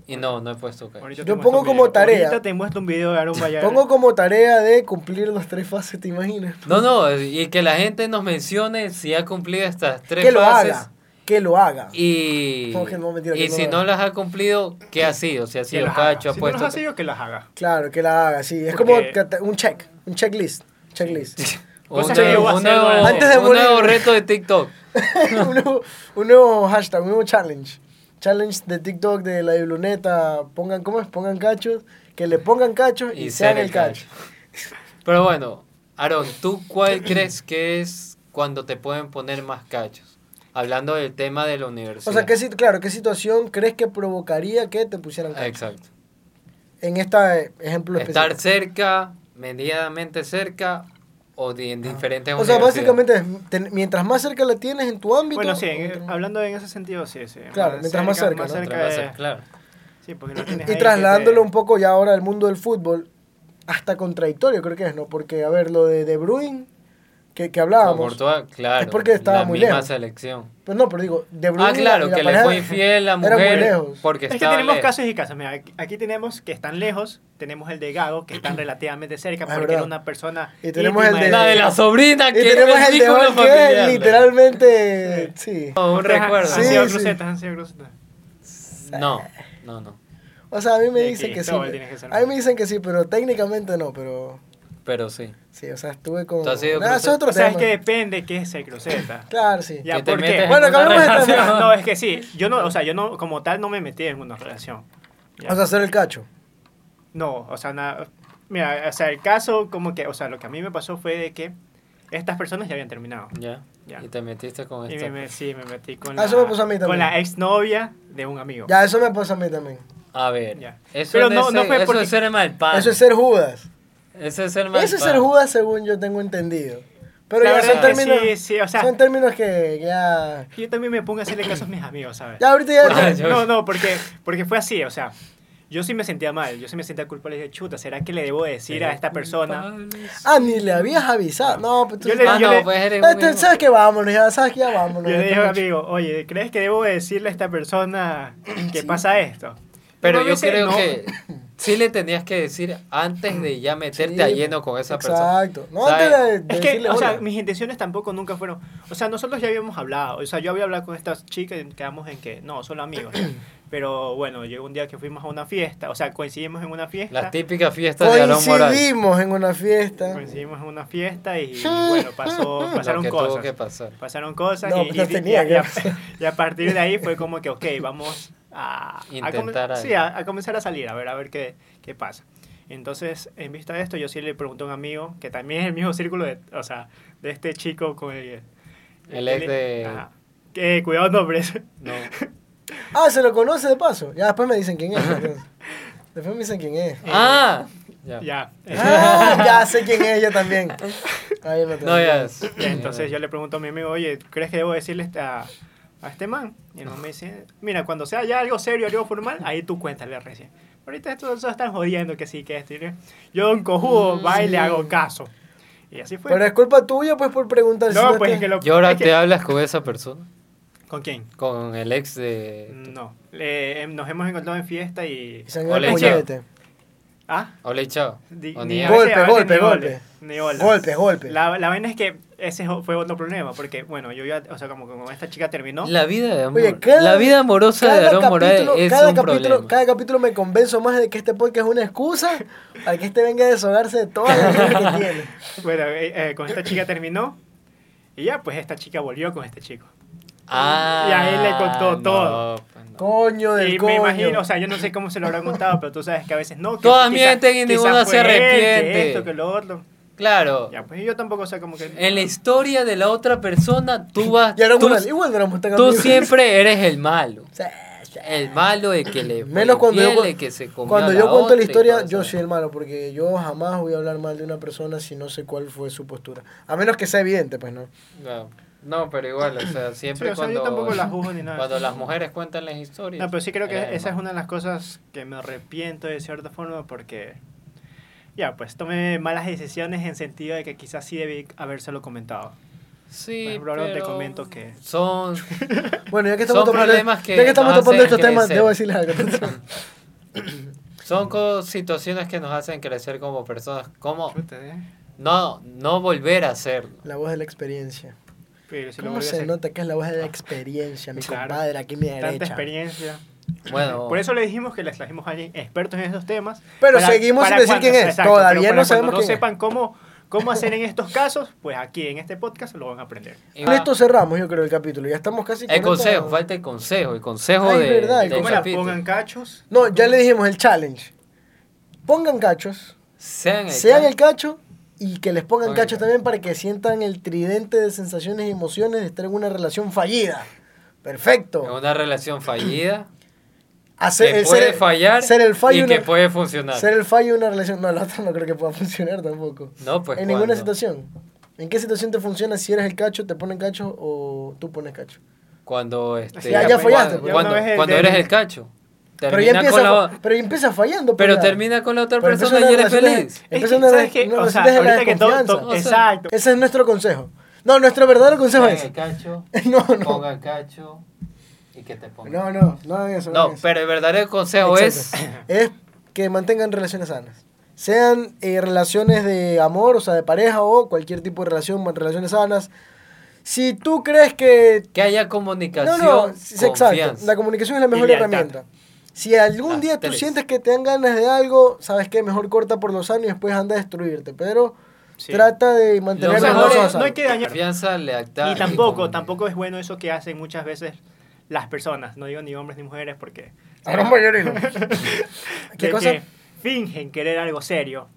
[SPEAKER 2] y no, no he puesto cacho.
[SPEAKER 3] ahorita
[SPEAKER 1] Yo
[SPEAKER 3] te muestro
[SPEAKER 1] pongo
[SPEAKER 3] un
[SPEAKER 1] como
[SPEAKER 3] video.
[SPEAKER 1] tarea.
[SPEAKER 3] Ahorita te muestro un video de Aaron Vallarta.
[SPEAKER 1] Pongo como tarea de cumplir las tres fases, ¿te imaginas?
[SPEAKER 2] No, no, y que la gente nos mencione si ha cumplido estas tres
[SPEAKER 1] Que lo
[SPEAKER 2] fases.
[SPEAKER 1] haga. Que lo haga.
[SPEAKER 2] Y,
[SPEAKER 1] No, que no, mentira,
[SPEAKER 2] y
[SPEAKER 1] que no
[SPEAKER 2] si
[SPEAKER 1] lo
[SPEAKER 2] no
[SPEAKER 1] haga.
[SPEAKER 2] las ha cumplido, ¿qué ha sido? Si ha
[SPEAKER 3] Que
[SPEAKER 2] sido
[SPEAKER 3] las haga.
[SPEAKER 2] cacho, ha
[SPEAKER 3] Si no
[SPEAKER 2] puesto.
[SPEAKER 3] los
[SPEAKER 1] pues,
[SPEAKER 3] ha sido, que las haga.
[SPEAKER 1] Claro, que la haga, sí. Es
[SPEAKER 3] Porque-
[SPEAKER 1] como cata- un check, un checklist. Checklist.
[SPEAKER 2] un
[SPEAKER 3] Cosas que
[SPEAKER 2] nuevo-
[SPEAKER 3] yo voy a
[SPEAKER 2] un
[SPEAKER 3] hacer
[SPEAKER 2] nuevo-
[SPEAKER 3] luego.
[SPEAKER 1] Antes de
[SPEAKER 2] un nuevo
[SPEAKER 1] morir.
[SPEAKER 2] reto de TikTok.
[SPEAKER 1] <laughs> un, nuevo, un nuevo hashtag, un nuevo challenge. Challenge de TikTok de la luneta. Pongan, ¿cómo es? Pongan cachos. Que le pongan cachos <laughs> y,
[SPEAKER 2] Y
[SPEAKER 1] sean
[SPEAKER 2] ser el
[SPEAKER 1] el cacho.
[SPEAKER 2] Pero bueno, Aaron, ¿tú cuál crees que es cuando te pueden poner más cachos? Hablando del tema de la universidad.
[SPEAKER 1] O sea, ¿qué, sit- claro, ¿qué situación crees que provocaría que te pusieran cachos?
[SPEAKER 2] Exacto.
[SPEAKER 1] En este ejemplo
[SPEAKER 2] Estar
[SPEAKER 1] específico.
[SPEAKER 2] cerca, medianamente cerca o de- en diferentes
[SPEAKER 1] O sea,
[SPEAKER 2] universidades.
[SPEAKER 1] básicamente, es, ten- mientras más cerca la tienes en tu ámbito.
[SPEAKER 3] Bueno, sí, en-
[SPEAKER 1] mientras-
[SPEAKER 3] hablando en ese sentido, sí, sí.
[SPEAKER 1] Claro, mientras más cerca, ¿no?
[SPEAKER 2] Otra cosa,
[SPEAKER 3] de-
[SPEAKER 2] claro.
[SPEAKER 3] Sí, porque no tienes ahí
[SPEAKER 1] Y
[SPEAKER 3] que
[SPEAKER 1] trasladándolo
[SPEAKER 3] te-
[SPEAKER 1] un poco ya ahora al mundo del fútbol, hasta contradictorio creo que es, ¿no? Porque, a ver, lo de De Bruyne, que, que
[SPEAKER 2] Con
[SPEAKER 1] hablábamos.
[SPEAKER 2] Courtois, claro.
[SPEAKER 1] Es porque estaba
[SPEAKER 2] la
[SPEAKER 1] muy
[SPEAKER 2] misma
[SPEAKER 1] lejos.
[SPEAKER 2] selección.
[SPEAKER 1] Pero no, pero digo, De Bruyne.
[SPEAKER 2] Ah, claro,
[SPEAKER 1] y la
[SPEAKER 2] que le
[SPEAKER 1] pareja
[SPEAKER 2] fue
[SPEAKER 1] <laughs>
[SPEAKER 2] infiel la
[SPEAKER 1] era muy
[SPEAKER 2] mujer
[SPEAKER 1] lejos.
[SPEAKER 2] porque
[SPEAKER 3] Es que
[SPEAKER 2] estaba
[SPEAKER 3] tenemos
[SPEAKER 2] lejos.
[SPEAKER 3] casos y casos. Mira, aquí, aquí tenemos que están lejos, tenemos el de Gago,
[SPEAKER 2] <clears throat>
[SPEAKER 3] que están relativamente cerca,
[SPEAKER 1] Ah, Es
[SPEAKER 3] porque
[SPEAKER 1] verdad.
[SPEAKER 3] era una persona.
[SPEAKER 1] Y tenemos
[SPEAKER 3] íntima
[SPEAKER 1] el
[SPEAKER 2] La de la sobrina
[SPEAKER 1] Y
[SPEAKER 2] que
[SPEAKER 1] tenemos
[SPEAKER 2] es
[SPEAKER 1] el de
[SPEAKER 2] vínculo
[SPEAKER 1] Hulk, que
[SPEAKER 2] familiar.
[SPEAKER 1] es literalmente. Sí.
[SPEAKER 2] No,
[SPEAKER 3] <laughs>
[SPEAKER 2] un
[SPEAKER 3] Ustedes han-
[SPEAKER 2] recuerdo.
[SPEAKER 3] Han sido
[SPEAKER 1] Sí, sí.
[SPEAKER 3] crucetas, han sido crucetas.
[SPEAKER 2] No, no, no.
[SPEAKER 1] O sea, a mí me
[SPEAKER 3] De
[SPEAKER 1] dicen que sí.
[SPEAKER 3] Cristóbal tienes que ser
[SPEAKER 1] A mí me
[SPEAKER 3] más.
[SPEAKER 1] dicen que sí, pero técnicamente no, pero.
[SPEAKER 2] Pero sí.
[SPEAKER 1] Sí, o sea, estuve con.
[SPEAKER 2] Tú has sido
[SPEAKER 1] Nah, eso es
[SPEAKER 2] crucero.
[SPEAKER 1] otro
[SPEAKER 3] O sea, es
[SPEAKER 1] tema.
[SPEAKER 3] que depende qué es el
[SPEAKER 1] <laughs>
[SPEAKER 3] cruceta.
[SPEAKER 1] Claro, sí.
[SPEAKER 3] Ya,
[SPEAKER 2] Que te
[SPEAKER 3] ¿por
[SPEAKER 2] metes
[SPEAKER 3] qué?
[SPEAKER 2] en
[SPEAKER 1] Bueno,
[SPEAKER 2] una
[SPEAKER 1] cambiemos de tema.
[SPEAKER 2] relación.
[SPEAKER 3] <laughs> No, es que sí. Yo no, o sea, yo no, como tal, no me metí en una relación. Ya.
[SPEAKER 1] O sea, hacer el cacho.
[SPEAKER 3] No, o sea, nada. Mira, o sea, el caso, como que, o sea, lo que a mí me pasó fue de que estas personas ya habían terminado.
[SPEAKER 2] Ya.
[SPEAKER 3] Ya.
[SPEAKER 2] Y te metiste con
[SPEAKER 3] Y
[SPEAKER 2] esta.
[SPEAKER 3] me, me- sí, me metí con
[SPEAKER 1] Ah,
[SPEAKER 3] la,
[SPEAKER 1] eso me pasó a mí
[SPEAKER 3] con
[SPEAKER 1] también.
[SPEAKER 3] la exnovia de un amigo.
[SPEAKER 1] Ya, eso me pasa a mí también.
[SPEAKER 2] A ver.
[SPEAKER 3] Ya.
[SPEAKER 2] Eso,
[SPEAKER 3] Pero
[SPEAKER 2] no,
[SPEAKER 3] no- no fue
[SPEAKER 2] eso
[SPEAKER 3] porque-
[SPEAKER 2] es ser mal padre.
[SPEAKER 1] Eso es ser Judas.
[SPEAKER 2] Eso es ser mal
[SPEAKER 1] Eso es ser
[SPEAKER 2] padre.
[SPEAKER 1] Judas, según yo tengo entendido. Pero
[SPEAKER 3] La
[SPEAKER 1] ya
[SPEAKER 3] verdad
[SPEAKER 1] son
[SPEAKER 3] es que
[SPEAKER 1] términos.
[SPEAKER 3] sí, sí, o sea-
[SPEAKER 1] Son términos que ya.
[SPEAKER 3] Yo también me pongo a hacerle caso a mis amigos, ¿sabes?
[SPEAKER 1] Ya, ahorita
[SPEAKER 2] <laughs>
[SPEAKER 1] ya.
[SPEAKER 2] Ah,
[SPEAKER 3] Porque-
[SPEAKER 2] yo-
[SPEAKER 3] no, no, porque, porque fue así, o sea, yo sí me sentía mal, yo sí me sentía culpable de chuta, ¿será que le debo decir a esta persona?
[SPEAKER 1] Ah, ni le habías avisado. No, pues tú.
[SPEAKER 3] Yo le-
[SPEAKER 2] Ah,
[SPEAKER 3] yo
[SPEAKER 2] no,
[SPEAKER 3] le-
[SPEAKER 2] pues eres
[SPEAKER 1] Ah,
[SPEAKER 2] un
[SPEAKER 1] te-
[SPEAKER 2] hijo.
[SPEAKER 1] ¿Sabes que Vámonos, ya sabes que ya
[SPEAKER 3] Yo
[SPEAKER 1] vámonos.
[SPEAKER 3] le
[SPEAKER 1] ya
[SPEAKER 3] dije,
[SPEAKER 1] está
[SPEAKER 3] amigo, oye, ¿crees que debo decirle a esta persona que pasa esto?
[SPEAKER 2] Pero
[SPEAKER 3] Uno
[SPEAKER 2] yo
[SPEAKER 3] dice,
[SPEAKER 2] creo
[SPEAKER 3] "No".
[SPEAKER 2] que sí le tenías que decir antes de ya meterte
[SPEAKER 1] Sí,
[SPEAKER 2] a lleno con esa persona.
[SPEAKER 1] Exacto. No,
[SPEAKER 2] ¿Sabes?
[SPEAKER 1] antes de, de
[SPEAKER 3] Es que,
[SPEAKER 1] decirle,
[SPEAKER 3] o sea,
[SPEAKER 1] "Hola".
[SPEAKER 3] mis intenciones tampoco nunca fueron. O sea, nosotros ya habíamos hablado. O sea, yo había hablado con esta chica y quedamos en que no, solo amigos. Pero bueno, llegó un día que fuimos a una fiesta. O sea, coincidimos en una fiesta.
[SPEAKER 2] Las típicas fiestas de Aarón Moral.
[SPEAKER 1] coincidimos en una fiesta.
[SPEAKER 3] Coincidimos en una fiesta y bueno, pasó,
[SPEAKER 2] <laughs> Lo
[SPEAKER 3] pasaron
[SPEAKER 2] que tuvo
[SPEAKER 3] cosas.
[SPEAKER 2] que pasar.
[SPEAKER 3] Pasaron cosas
[SPEAKER 1] No,
[SPEAKER 3] y,
[SPEAKER 1] no
[SPEAKER 3] y-
[SPEAKER 1] tenía
[SPEAKER 3] y-
[SPEAKER 1] que
[SPEAKER 3] y a,
[SPEAKER 1] pasar.
[SPEAKER 3] <laughs> y a partir de ahí fue como que, ok, vamos a, a
[SPEAKER 2] Intentar
[SPEAKER 3] comen-
[SPEAKER 2] algo.
[SPEAKER 3] sí, a, a comenzar a salir, a ver, a ver qué, qué pasa. Entonces, en vista de esto, yo sí le pregunté a un amigo, que también es el mismo círculo, de, o sea, de este chico con el...
[SPEAKER 2] El ex de-
[SPEAKER 3] Ajá. Que, cuidado nombres. <laughs>
[SPEAKER 2] No.
[SPEAKER 1] Ah, se lo conoce de paso. Ya después me dicen quién
[SPEAKER 2] <laughs>
[SPEAKER 1] es. entonces. después me dicen quién es.
[SPEAKER 2] Ah, ya.
[SPEAKER 3] ya.
[SPEAKER 1] Ah, ya sé quién es ella también. Ahí lo tengo.
[SPEAKER 2] No, ya. es-
[SPEAKER 3] Ya,
[SPEAKER 1] Eh.
[SPEAKER 3] entonces yo le pregunto a mi amigo, oye, ¿crees que debo decirle esta- a, este man? Y el man me dice, mira, cuando sea ya algo serio, algo formal, ahí tú cuéntale recién. Ahorita esto se están jodiendo que sí, que esto. y que- Yo don cojudo, va y le hago caso. Y así fue.
[SPEAKER 1] Mm, Pero es culpa tuya, pues, por preguntar si
[SPEAKER 3] no, pues es
[SPEAKER 1] te-
[SPEAKER 3] que lo
[SPEAKER 2] ¿Y ahora
[SPEAKER 3] es que-
[SPEAKER 2] te hablas con esa persona?
[SPEAKER 3] ¿Con quién?
[SPEAKER 2] Con el ex de...
[SPEAKER 3] No. Le- em, nos hemos encontrado en fiesta y...
[SPEAKER 1] Y se han ido
[SPEAKER 2] Ole,
[SPEAKER 1] al
[SPEAKER 2] chao.
[SPEAKER 1] puñete.
[SPEAKER 3] Ah,
[SPEAKER 2] Ole, chao.
[SPEAKER 3] Di-
[SPEAKER 2] O
[SPEAKER 3] ni-
[SPEAKER 2] ni-
[SPEAKER 3] a veces-
[SPEAKER 1] Golpe,
[SPEAKER 3] a veces
[SPEAKER 1] golpe,
[SPEAKER 3] ni
[SPEAKER 1] golpe.
[SPEAKER 3] goles, ni olas.
[SPEAKER 1] Golpe, golpe.
[SPEAKER 3] La, la vaina es que ese jo- fue otro problema, porque, bueno, yo ya, o sea, como, como esta chica terminó,
[SPEAKER 2] La vida de amor.
[SPEAKER 1] Oye, cada-
[SPEAKER 2] la vida amorosa de
[SPEAKER 1] cada
[SPEAKER 2] Aarón Morales
[SPEAKER 1] capítulo-
[SPEAKER 2] es
[SPEAKER 1] cada
[SPEAKER 2] un
[SPEAKER 1] capítulo,
[SPEAKER 2] problema.
[SPEAKER 1] Cada capítulo me convenzo más de que este podcast es una excusa para que este venga a deshogarse de todas las cosas que
[SPEAKER 2] <laughs>
[SPEAKER 1] tiene.
[SPEAKER 3] Bueno, eh, eh, con esta chica terminó. Y ya, pues esta chica volvió con este chico.
[SPEAKER 2] Ah,
[SPEAKER 3] Y ahí le contó todo.
[SPEAKER 2] pues no.
[SPEAKER 1] Coño del
[SPEAKER 3] Y
[SPEAKER 1] coño.
[SPEAKER 3] me imagino, o sea, yo no sé cómo se lo habrán contado, pero tú sabes que a veces no. Que
[SPEAKER 2] Todas
[SPEAKER 3] quizá-
[SPEAKER 2] mienten y
[SPEAKER 3] quizá
[SPEAKER 2] ninguna
[SPEAKER 3] fue
[SPEAKER 2] se
[SPEAKER 3] él, que
[SPEAKER 2] arrepiente.
[SPEAKER 3] esto, que lo otro.
[SPEAKER 2] Claro.
[SPEAKER 3] Ya, pues yo tampoco sé cómo que.
[SPEAKER 2] En la historia de la otra persona, tú vas...
[SPEAKER 1] Y ahora
[SPEAKER 2] tú,
[SPEAKER 1] Morales, igual no éramos tan
[SPEAKER 2] tú
[SPEAKER 1] amigos.
[SPEAKER 2] siempre eres el malo.
[SPEAKER 1] O sea,
[SPEAKER 2] El malo, el que le... fue
[SPEAKER 1] Menos cuando yo,
[SPEAKER 2] infiel,
[SPEAKER 1] cu-
[SPEAKER 2] el que se comió
[SPEAKER 1] cuando
[SPEAKER 2] a
[SPEAKER 1] yo cuento
[SPEAKER 2] otra
[SPEAKER 1] la
[SPEAKER 2] y
[SPEAKER 1] historia,
[SPEAKER 2] todo
[SPEAKER 1] yo
[SPEAKER 2] eso.
[SPEAKER 1] soy el malo, porque yo jamás voy a hablar mal de una persona si no sé cuál fue su postura. A menos que sea evidente, pues no.
[SPEAKER 2] No, no, pero igual, o sea, siempre
[SPEAKER 3] Sí, o sea, yo
[SPEAKER 2] cuando...
[SPEAKER 3] tampoco las juzgo ni nada.
[SPEAKER 2] Cuando las mujeres cuentan las historias. Eh,
[SPEAKER 3] No, pero sí creo que
[SPEAKER 2] eres el
[SPEAKER 3] esa es
[SPEAKER 2] malo.
[SPEAKER 3] una de las cosas que me arrepiento de cierta forma porque. Ya, pues tomé malas decisiones en sentido de que quizás sí debí habérselo comentado.
[SPEAKER 2] Sí,
[SPEAKER 3] Por ejemplo, ahora te
[SPEAKER 2] pero
[SPEAKER 3] comento que-
[SPEAKER 2] Son...
[SPEAKER 1] Bueno, ya que estamos
[SPEAKER 2] Son
[SPEAKER 1] topando,
[SPEAKER 2] problemas que
[SPEAKER 1] ya que estamos
[SPEAKER 2] nos
[SPEAKER 1] topando
[SPEAKER 2] hacen
[SPEAKER 1] estos temas,
[SPEAKER 2] crecer.
[SPEAKER 1] debo decirles algo.
[SPEAKER 2] <laughs> Son co- situaciones que nos hacen crecer como personas. Como
[SPEAKER 3] Chuta, ¿eh?
[SPEAKER 2] no, no volver a hacerlo.
[SPEAKER 1] La voz de la experiencia.
[SPEAKER 3] Pero si lo
[SPEAKER 1] ¿Cómo
[SPEAKER 3] volví a
[SPEAKER 1] se
[SPEAKER 3] hacer.
[SPEAKER 1] nota que es la voz de la experiencia, mi
[SPEAKER 3] Claro.
[SPEAKER 1] compadre? Aquí a mi
[SPEAKER 3] Tanta
[SPEAKER 1] derecha.
[SPEAKER 3] experiencia.
[SPEAKER 2] Bueno,
[SPEAKER 3] Por eso le dijimos que les trajimos a alguien expertos en estos temas.
[SPEAKER 1] Pero seguimos sin decir
[SPEAKER 3] cuando-
[SPEAKER 1] quién es.
[SPEAKER 3] exacto,
[SPEAKER 1] Todavía
[SPEAKER 3] pero
[SPEAKER 1] no
[SPEAKER 3] para
[SPEAKER 1] sabemos
[SPEAKER 3] cuando
[SPEAKER 1] quién es.
[SPEAKER 3] sepan cómo, cómo hacer en estos casos, pues aquí en este podcast lo van a aprender.
[SPEAKER 2] y
[SPEAKER 1] Con
[SPEAKER 2] va-
[SPEAKER 1] esto cerramos, yo creo, el capítulo. Ya estamos casi.
[SPEAKER 2] el
[SPEAKER 1] 40.
[SPEAKER 2] consejo, falta el consejo. El consejo
[SPEAKER 1] Ay,
[SPEAKER 2] de.
[SPEAKER 1] verdad,
[SPEAKER 2] del
[SPEAKER 1] ¿cómo
[SPEAKER 3] ¿Cómo la
[SPEAKER 2] capítulo.
[SPEAKER 3] pongan cachos?
[SPEAKER 1] No, ya le dijimos el challenge. Pongan cachos,
[SPEAKER 2] Sean el.
[SPEAKER 1] sean
[SPEAKER 2] ca-
[SPEAKER 1] el cacho y que les pongan
[SPEAKER 2] Pongan
[SPEAKER 1] cachos
[SPEAKER 2] cacho.
[SPEAKER 1] también para que sientan el tridente de sensaciones y emociones de estar en una relación fallida.
[SPEAKER 2] en
[SPEAKER 1] Perfecto.
[SPEAKER 2] una relación fallida.
[SPEAKER 1] Hacer-
[SPEAKER 2] que
[SPEAKER 1] el
[SPEAKER 2] puede
[SPEAKER 1] el-
[SPEAKER 2] fallar.
[SPEAKER 1] ser el fallo
[SPEAKER 2] y
[SPEAKER 1] una-
[SPEAKER 2] que puede funcionar.
[SPEAKER 1] Ser el fallo de una relación. No, la otra no creo que pueda funcionar tampoco.
[SPEAKER 2] No, pues.
[SPEAKER 1] en
[SPEAKER 2] ¿cuándo?
[SPEAKER 1] ninguna situación. ¿En qué situación te funciona si eres el cacho, te ponen cacho o tú pones cacho?
[SPEAKER 2] Cuando. Este,
[SPEAKER 1] Ya- ya fallaste,
[SPEAKER 2] Cuando,
[SPEAKER 1] pues.
[SPEAKER 2] cuando-
[SPEAKER 3] Ya una vez el
[SPEAKER 2] cuando
[SPEAKER 3] del-
[SPEAKER 2] eres el cacho.
[SPEAKER 1] Pero ya,
[SPEAKER 2] Termina
[SPEAKER 1] empieza,
[SPEAKER 2] con la.
[SPEAKER 1] fa- pero ya empieza fallando. pues,
[SPEAKER 2] Pero
[SPEAKER 1] ya.
[SPEAKER 2] termina con la otra
[SPEAKER 1] Pero
[SPEAKER 2] persona
[SPEAKER 1] empieza
[SPEAKER 2] y
[SPEAKER 1] una
[SPEAKER 2] eres
[SPEAKER 1] relación de-
[SPEAKER 2] feliz.
[SPEAKER 3] Es que,
[SPEAKER 1] empieza una
[SPEAKER 3] ¿sabes
[SPEAKER 1] re-
[SPEAKER 3] qué?
[SPEAKER 1] una
[SPEAKER 3] O sea,
[SPEAKER 1] relación de la
[SPEAKER 3] ahorita que todo-
[SPEAKER 1] desconfianza.
[SPEAKER 3] todo- Exacto.
[SPEAKER 1] Ese es nuestro consejo. No, nuestro verdadero consejo
[SPEAKER 2] Sean
[SPEAKER 1] es.
[SPEAKER 2] el cacho.
[SPEAKER 1] <laughs> No, no.
[SPEAKER 2] Ponga el cacho. Y que te ponga.
[SPEAKER 1] No, no, no hagan eso.
[SPEAKER 2] No,
[SPEAKER 1] hagan eso.
[SPEAKER 2] pero el verdadero consejo es.
[SPEAKER 1] Exacto. Es que mantengan relaciones sanas. Sean eh, relaciones de amor, o sea, de pareja o cualquier tipo de relación, man- relaciones sanas. Si tú crees que...
[SPEAKER 2] Que haya comunicación,
[SPEAKER 1] no, no, sí, exacto.
[SPEAKER 2] confianza.
[SPEAKER 1] La comunicación es la mejor
[SPEAKER 3] lealtad.
[SPEAKER 1] herramienta. Si algún
[SPEAKER 2] Las
[SPEAKER 1] día tú
[SPEAKER 2] tres.
[SPEAKER 1] sientes que te dan ganas de algo, ¿sabes qué? Mejor corta por los años y después anda a destruirte. Pero
[SPEAKER 3] Sí.
[SPEAKER 1] trata de
[SPEAKER 2] Lo
[SPEAKER 1] mantener
[SPEAKER 3] Tener
[SPEAKER 1] las
[SPEAKER 2] mejor
[SPEAKER 1] cosas
[SPEAKER 2] es,
[SPEAKER 3] relaciones,
[SPEAKER 1] sanas.
[SPEAKER 3] no hay que dañar-
[SPEAKER 2] confianza, lealtad.
[SPEAKER 3] Y tampoco,
[SPEAKER 2] comunicación.
[SPEAKER 3] tampoco es bueno eso que hacen muchas veces las personas. No digo ni hombres ni mujeres porque...
[SPEAKER 1] Ahora un mayorino. <laughs> ¿Qué
[SPEAKER 3] de
[SPEAKER 1] cosa?
[SPEAKER 3] que fingen querer algo serio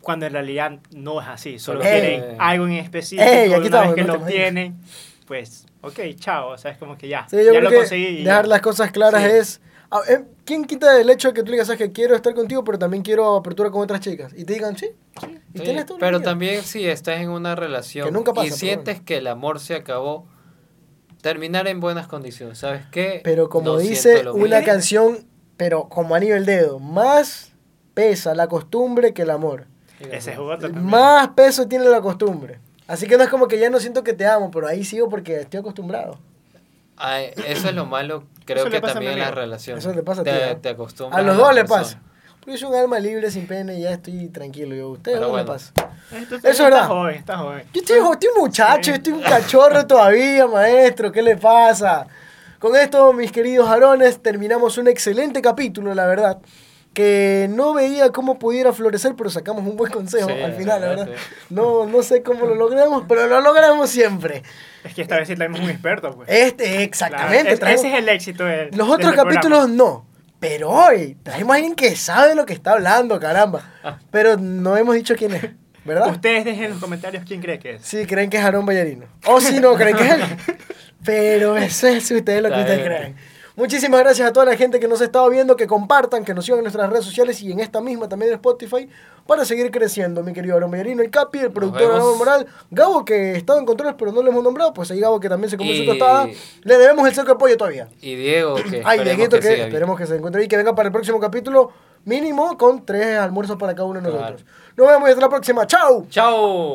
[SPEAKER 3] cuando en realidad no es así. Solo
[SPEAKER 2] Solo
[SPEAKER 3] quieren
[SPEAKER 2] quieren-
[SPEAKER 3] algo en específico.
[SPEAKER 1] Ey, aquí
[SPEAKER 3] una
[SPEAKER 1] estamos,
[SPEAKER 3] vez que
[SPEAKER 1] no
[SPEAKER 3] lo
[SPEAKER 1] te imaginas.
[SPEAKER 3] obtienen, pues, ok, chao. O sea, es como que ya.
[SPEAKER 1] Sí, yo
[SPEAKER 3] ya
[SPEAKER 1] creo
[SPEAKER 3] lo
[SPEAKER 1] que
[SPEAKER 3] conseguí. y
[SPEAKER 1] dejar
[SPEAKER 3] ya.
[SPEAKER 1] las cosas claras
[SPEAKER 3] Sí.
[SPEAKER 1] es... ah, eh, ¿Quién quita el hecho de que tú le digas "Sabes que quiero estar contigo, pero también quiero apertura con otras chicas? Y te digan, sí. y
[SPEAKER 2] Sí,
[SPEAKER 1] tienes todo lo
[SPEAKER 2] pero
[SPEAKER 1] que quieras.
[SPEAKER 2] también si estás en una relación
[SPEAKER 1] Que nunca pasa,
[SPEAKER 2] y
[SPEAKER 1] pero
[SPEAKER 2] sientes que el amor se acabó, terminar en buenas condiciones, ¿sabes qué?
[SPEAKER 1] Pero como
[SPEAKER 2] Lo siento,
[SPEAKER 1] dice
[SPEAKER 2] lo
[SPEAKER 1] una
[SPEAKER 2] mismo.
[SPEAKER 1] canción, pero como anillo el dedo, más pesa la costumbre que el amor.
[SPEAKER 3] Ese es otro también.
[SPEAKER 1] Más peso tiene la costumbre. Así que no es como que ya no siento que te amo, pero ahí sigo porque estoy acostumbrado.
[SPEAKER 2] Ay, eso es lo malo, creo
[SPEAKER 3] Eso le
[SPEAKER 2] que
[SPEAKER 3] pasa a mi
[SPEAKER 2] también en las
[SPEAKER 3] amigo.
[SPEAKER 2] relaciones.
[SPEAKER 1] Eso le pasa a ti,
[SPEAKER 2] te,
[SPEAKER 1] ¿eh?
[SPEAKER 2] te acostumbras
[SPEAKER 1] A los
[SPEAKER 2] la
[SPEAKER 1] dos le
[SPEAKER 2] persona.
[SPEAKER 1] pasa. Yo soy un alma libre sin pene y ya estoy tranquilo. Yo, ustedes
[SPEAKER 2] Pero
[SPEAKER 1] no me
[SPEAKER 2] bueno.
[SPEAKER 1] pasa.
[SPEAKER 3] Esto-
[SPEAKER 1] Eso es verdad.
[SPEAKER 3] Está joven, está joven.
[SPEAKER 1] Yo estoy, jo- estoy un muchacho, estoy un cachorro todavía, maestro. ¿Qué le pasa? Con esto, mis queridos varones, terminamos un excelente capítulo, la verdad. Que no veía cómo pudiera florecer, pero sacamos un buen consejo
[SPEAKER 2] Sí,
[SPEAKER 1] al final, la
[SPEAKER 2] la verdad,
[SPEAKER 1] verdad. No, no sé cómo lo logramos, pero lo logramos siempre.
[SPEAKER 3] Es que esta vez sí tenemos un experto, pues.
[SPEAKER 1] Este, exactamente.
[SPEAKER 3] Claro, es-
[SPEAKER 1] traemos-
[SPEAKER 3] ese es el éxito de,
[SPEAKER 1] <laughs> Los otros capítulos no. Pero hoy traemos a alguien que sabe lo que está hablando, caramba.
[SPEAKER 2] Ah.
[SPEAKER 1] Pero no hemos dicho quién es, ¿verdad?
[SPEAKER 3] Ustedes dejen en los comentarios quién cree que es.
[SPEAKER 1] Si creen que es Aarón Ballarino. O si no, creen que es él. Pero eso es si ustedes lo que
[SPEAKER 2] Está
[SPEAKER 1] ustedes
[SPEAKER 2] bien.
[SPEAKER 1] creen. Muchísimas gracias a toda la gente que nos ha estado viendo, que compartan, que nos sigan en nuestras redes sociales y en esta misma también en Spotify para seguir creciendo. Mi querido Aarón Ballarino, el Capi, el productor
[SPEAKER 2] vemos.
[SPEAKER 1] Gabo Moral, Gabo que estaba en controles pero no lo hemos nombrado, pues ahí Gabo que también se comió
[SPEAKER 2] Y-
[SPEAKER 1] su tostada. Le debemos el saco de pollo todavía.
[SPEAKER 2] Y Diego, que
[SPEAKER 1] Ay,
[SPEAKER 2] esperemos
[SPEAKER 1] Dieguito, que,
[SPEAKER 2] que, siga bien.
[SPEAKER 1] esperemos que se encuentre y que venga para el próximo capítulo, mínimo con tres almuerzos para cada uno de
[SPEAKER 2] Claro.
[SPEAKER 1] nosotros. Nos vemos y hasta la próxima. ¡Chao!
[SPEAKER 2] ¡Chao!